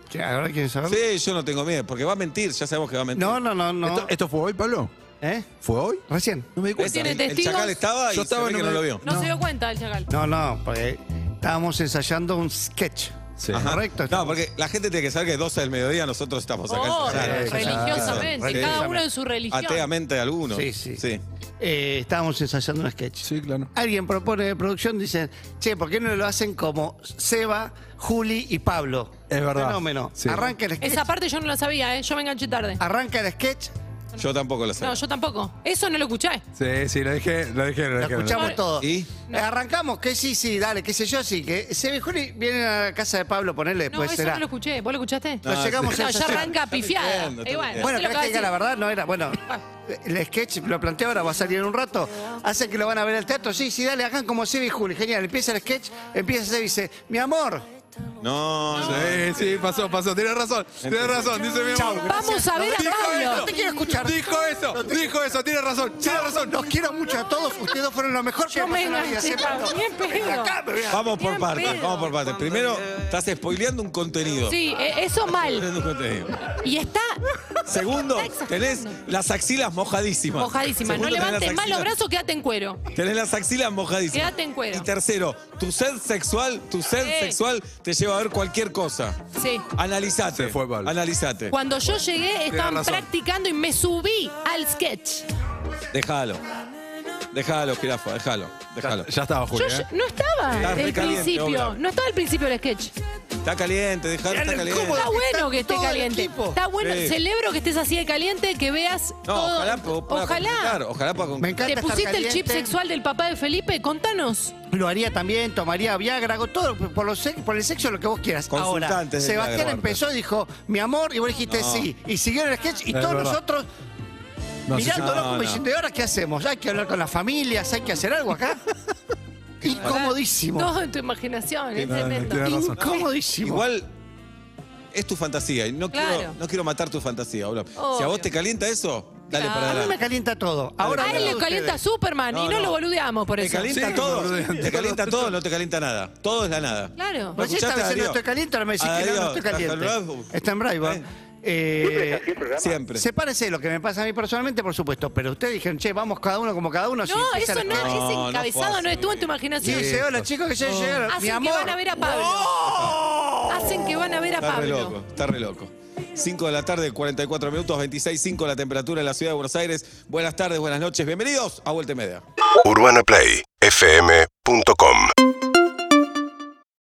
[SPEAKER 5] Che, ¿Ahora quieren saber?
[SPEAKER 2] Sí, yo no tengo miedo, porque va a mentir, ya sabemos que va a mentir.
[SPEAKER 5] No, no, no, no.
[SPEAKER 4] ¿Esto, esto fue hoy, Pablo?
[SPEAKER 5] ¿Eh?
[SPEAKER 4] ¿Fue hoy?
[SPEAKER 5] Recién.
[SPEAKER 4] No me di
[SPEAKER 2] Esa,
[SPEAKER 4] cuenta.
[SPEAKER 3] ¿Tiene
[SPEAKER 2] el, el
[SPEAKER 3] testigos?
[SPEAKER 2] chacal estaba y
[SPEAKER 4] Yo estaba,
[SPEAKER 2] se ve
[SPEAKER 4] no
[SPEAKER 2] que no
[SPEAKER 4] me-
[SPEAKER 2] lo vio.
[SPEAKER 3] No,
[SPEAKER 4] No.
[SPEAKER 3] se dio cuenta el chacal.
[SPEAKER 5] No, no, porque estábamos ensayando un sketch.
[SPEAKER 4] Sí.
[SPEAKER 2] Ajá.
[SPEAKER 5] Correcto.
[SPEAKER 2] No, porque la gente tiene que saber que 12 del mediodía nosotros estamos acá.
[SPEAKER 3] Oh,
[SPEAKER 2] encerrados.
[SPEAKER 5] sí, sí, sí.
[SPEAKER 3] religiosamente,
[SPEAKER 5] Sí.
[SPEAKER 3] cada uno en su religión.
[SPEAKER 2] Ateamente algunos.
[SPEAKER 5] Sí, sí. Eh, estábamos ensayando un sketch.
[SPEAKER 4] Sí, claro.
[SPEAKER 5] Alguien propone de producción, dicen, che, ¿por qué no lo hacen como Seba, Juli y Pablo?
[SPEAKER 4] Es verdad.
[SPEAKER 5] Fenómeno.
[SPEAKER 4] Sí.
[SPEAKER 5] Arranca el sketch.
[SPEAKER 3] Esa parte yo no la sabía, ¿eh? yo me enganché tarde.
[SPEAKER 5] Arranca el sketch.
[SPEAKER 2] Yo tampoco lo sé.
[SPEAKER 3] No, yo tampoco. Eso no lo escuché.
[SPEAKER 4] Sí, sí, lo dejé, lo dejé, lo
[SPEAKER 5] Lo
[SPEAKER 4] dejé.
[SPEAKER 5] escuchamos
[SPEAKER 3] no.
[SPEAKER 5] todo.
[SPEAKER 2] ¿Y?
[SPEAKER 5] Eh, Arrancamos, que sí, sí, dale, qué sé yo, sí, que Seba y Juli vienen a la casa de Pablo, ponele,
[SPEAKER 3] No,
[SPEAKER 5] después Pues
[SPEAKER 3] eso
[SPEAKER 5] será.
[SPEAKER 3] no lo escuché. ¿Vos lo escuchaste?
[SPEAKER 5] Lo
[SPEAKER 2] No,
[SPEAKER 5] llegamos
[SPEAKER 3] No,
[SPEAKER 5] a
[SPEAKER 3] ya
[SPEAKER 5] ensayar.
[SPEAKER 3] arranca pifiada.
[SPEAKER 2] mintiendo, está
[SPEAKER 3] Igual,
[SPEAKER 5] Ah, Bueno,
[SPEAKER 3] sé lo
[SPEAKER 5] pero
[SPEAKER 3] que
[SPEAKER 5] es
[SPEAKER 3] va a
[SPEAKER 5] que diga
[SPEAKER 3] decir.
[SPEAKER 5] la verdad, no era. Bueno, el sketch lo planteé ahora, va a salir en un rato. Hacen que lo van a ver al teatro. Sí, sí, dale, hagan como Sebi y Juli. Genial, empieza el sketch, empieza Sebi y dice, mi amor.
[SPEAKER 2] No, no.
[SPEAKER 4] Sí, sí, pasó, pasó. Tienes razón, tienes razón. Dice mi amor.
[SPEAKER 3] Vamos a ver a
[SPEAKER 4] Dijo
[SPEAKER 3] Pablo.
[SPEAKER 4] eso,
[SPEAKER 5] No te quiero escuchar.
[SPEAKER 4] Dijo eso, dijo eso. Tienes razón, tienes razón.
[SPEAKER 5] Los quiero mucho a todos. Ustedes dos fueron lo mejor que
[SPEAKER 3] Yo
[SPEAKER 5] me
[SPEAKER 3] me
[SPEAKER 5] pasó en la vida.
[SPEAKER 3] enganché,
[SPEAKER 5] sépanlo.
[SPEAKER 3] Pablo, bien pedo.
[SPEAKER 5] Venga acá, me voy a-
[SPEAKER 2] Vamos por
[SPEAKER 3] Bien
[SPEAKER 2] partes,
[SPEAKER 3] pedo.
[SPEAKER 2] vamos por partes. Primero, estás spoileando un contenido.
[SPEAKER 3] Sí, eh, eso mal.
[SPEAKER 2] Spoileando un contenido.
[SPEAKER 3] Y está
[SPEAKER 2] Segundo,
[SPEAKER 3] exagerando.
[SPEAKER 2] tenés las axilas mojadísimas.
[SPEAKER 3] mojadísima. No
[SPEAKER 2] Segundo, tenés
[SPEAKER 3] levantes
[SPEAKER 2] las
[SPEAKER 3] más los
[SPEAKER 2] axilas-
[SPEAKER 3] brazos, quédate en cuero.
[SPEAKER 2] Tenés las axilas mojadísimas.
[SPEAKER 3] Quédate en cuero.
[SPEAKER 2] Y tercero, tu sed sexual, tu sed
[SPEAKER 3] Sí.
[SPEAKER 2] sexual te lleva a ver cualquier cosa.
[SPEAKER 3] Sí.
[SPEAKER 2] Analizate.
[SPEAKER 4] Se fue, Pablo.
[SPEAKER 2] Analizate.
[SPEAKER 3] Cuando yo llegué estaban
[SPEAKER 4] razón.
[SPEAKER 3] practicando y me subí al sketch.
[SPEAKER 2] Déjalo. Déjalo, jirafa, déjalo. Déjalo.
[SPEAKER 4] Ya estaba,
[SPEAKER 3] Yo
[SPEAKER 4] Juli. ¿eh?
[SPEAKER 3] no estaba
[SPEAKER 2] Estás
[SPEAKER 3] del
[SPEAKER 2] recaliente,
[SPEAKER 3] principio.
[SPEAKER 2] Obla.
[SPEAKER 3] No estaba al principio del sketch.
[SPEAKER 2] Está caliente, déjalo, está caliente.
[SPEAKER 3] Está bueno que esté
[SPEAKER 5] todo el
[SPEAKER 3] caliente.
[SPEAKER 5] equipo.
[SPEAKER 3] Está bueno.
[SPEAKER 2] Sí.
[SPEAKER 3] Celebro que estés así de caliente, que veas
[SPEAKER 2] No,
[SPEAKER 3] todo.
[SPEAKER 2] ojalá po- pueda concretar,
[SPEAKER 3] Ojalá.
[SPEAKER 2] Ojalá pueda
[SPEAKER 5] Me
[SPEAKER 2] concretar.
[SPEAKER 5] encanta
[SPEAKER 3] ¿Te
[SPEAKER 5] estar
[SPEAKER 3] pusiste el chip
[SPEAKER 5] caliente.
[SPEAKER 3] sexual del papá de Felipe? Contanos.
[SPEAKER 5] Lo haría también, tomaría Viagra, hago todo por, los sex- por el sexo, lo que vos quieras. Ahora,
[SPEAKER 2] Consultantes de
[SPEAKER 5] Sebastián
[SPEAKER 2] Viagra,
[SPEAKER 5] empezó y dijo, mi amor, y vos dijiste
[SPEAKER 2] No.
[SPEAKER 5] sí. Y siguieron el sketch y
[SPEAKER 4] Es
[SPEAKER 5] todos
[SPEAKER 4] verdad.
[SPEAKER 5] nosotros
[SPEAKER 4] No, sí, sí.
[SPEAKER 5] mirándolo
[SPEAKER 2] no,
[SPEAKER 5] como
[SPEAKER 2] no.
[SPEAKER 5] diciendo, ¿y ahora qué hacemos? Hay que hablar con las familias, hay que hacer algo
[SPEAKER 3] (laughs)
[SPEAKER 5] acá. Incomodísimo.
[SPEAKER 3] Todo en tu imaginación. Es
[SPEAKER 4] no, no,
[SPEAKER 3] tremendo.
[SPEAKER 4] tiene razón.
[SPEAKER 5] Incomodísimo.
[SPEAKER 2] Igual es tu fantasía y no,
[SPEAKER 3] Claro.
[SPEAKER 2] quiero, no quiero matar tu fantasía, Obla. Si a vos
[SPEAKER 3] Obvio.
[SPEAKER 2] te calienta eso, dale para
[SPEAKER 5] a mí
[SPEAKER 3] Claro.
[SPEAKER 5] me
[SPEAKER 2] adelante.
[SPEAKER 5] calienta todo. Ahora
[SPEAKER 3] A él
[SPEAKER 5] hablo
[SPEAKER 3] le
[SPEAKER 5] de
[SPEAKER 3] calienta
[SPEAKER 5] ustedes.
[SPEAKER 3] Superman y
[SPEAKER 2] No,
[SPEAKER 3] no
[SPEAKER 2] no.
[SPEAKER 3] lo boludeamos por
[SPEAKER 2] Te
[SPEAKER 3] eso.
[SPEAKER 2] calienta
[SPEAKER 4] Sí,
[SPEAKER 2] todo,
[SPEAKER 4] boludeante.
[SPEAKER 2] te calienta todo, no te calienta nada. Todo es la nada.
[SPEAKER 3] Claro.
[SPEAKER 2] ¿Lo
[SPEAKER 5] Recién
[SPEAKER 2] escuchaste,
[SPEAKER 5] estaba diciendo,
[SPEAKER 2] Darío?
[SPEAKER 5] estoy caliente, ahora me decís que no,
[SPEAKER 2] Darío,
[SPEAKER 5] no estoy caliente.
[SPEAKER 2] Darío.
[SPEAKER 5] Está en Braiva.
[SPEAKER 2] ¿Eh?
[SPEAKER 5] Eh,
[SPEAKER 2] Siempre.
[SPEAKER 5] Sepárese lo que me pasa a mí personalmente, por supuesto, pero ustedes dijeron, che, vamos cada uno como cada uno. si
[SPEAKER 3] No,
[SPEAKER 5] empieza
[SPEAKER 3] eso
[SPEAKER 5] la-
[SPEAKER 3] no,
[SPEAKER 2] No, no
[SPEAKER 3] ese encabezado
[SPEAKER 2] puedo
[SPEAKER 3] no estuvo en
[SPEAKER 2] hacer.
[SPEAKER 5] Sí,
[SPEAKER 3] tu imaginación.
[SPEAKER 5] dice, hola chicos, que ya llegaron. Mi
[SPEAKER 3] Hacen que
[SPEAKER 5] amor.
[SPEAKER 3] van a ver a Pablo. Hacen que van a ver a
[SPEAKER 2] Está re
[SPEAKER 3] Pablo.
[SPEAKER 2] loco, está re loco. 5 de la tarde, 44 minutos, 26.5 la temperatura en la ciudad de Buenos Aires. Buenas tardes, buenas noches, bienvenidos a Vuelta y Media.
[SPEAKER 11] UrbanaPlayFM.com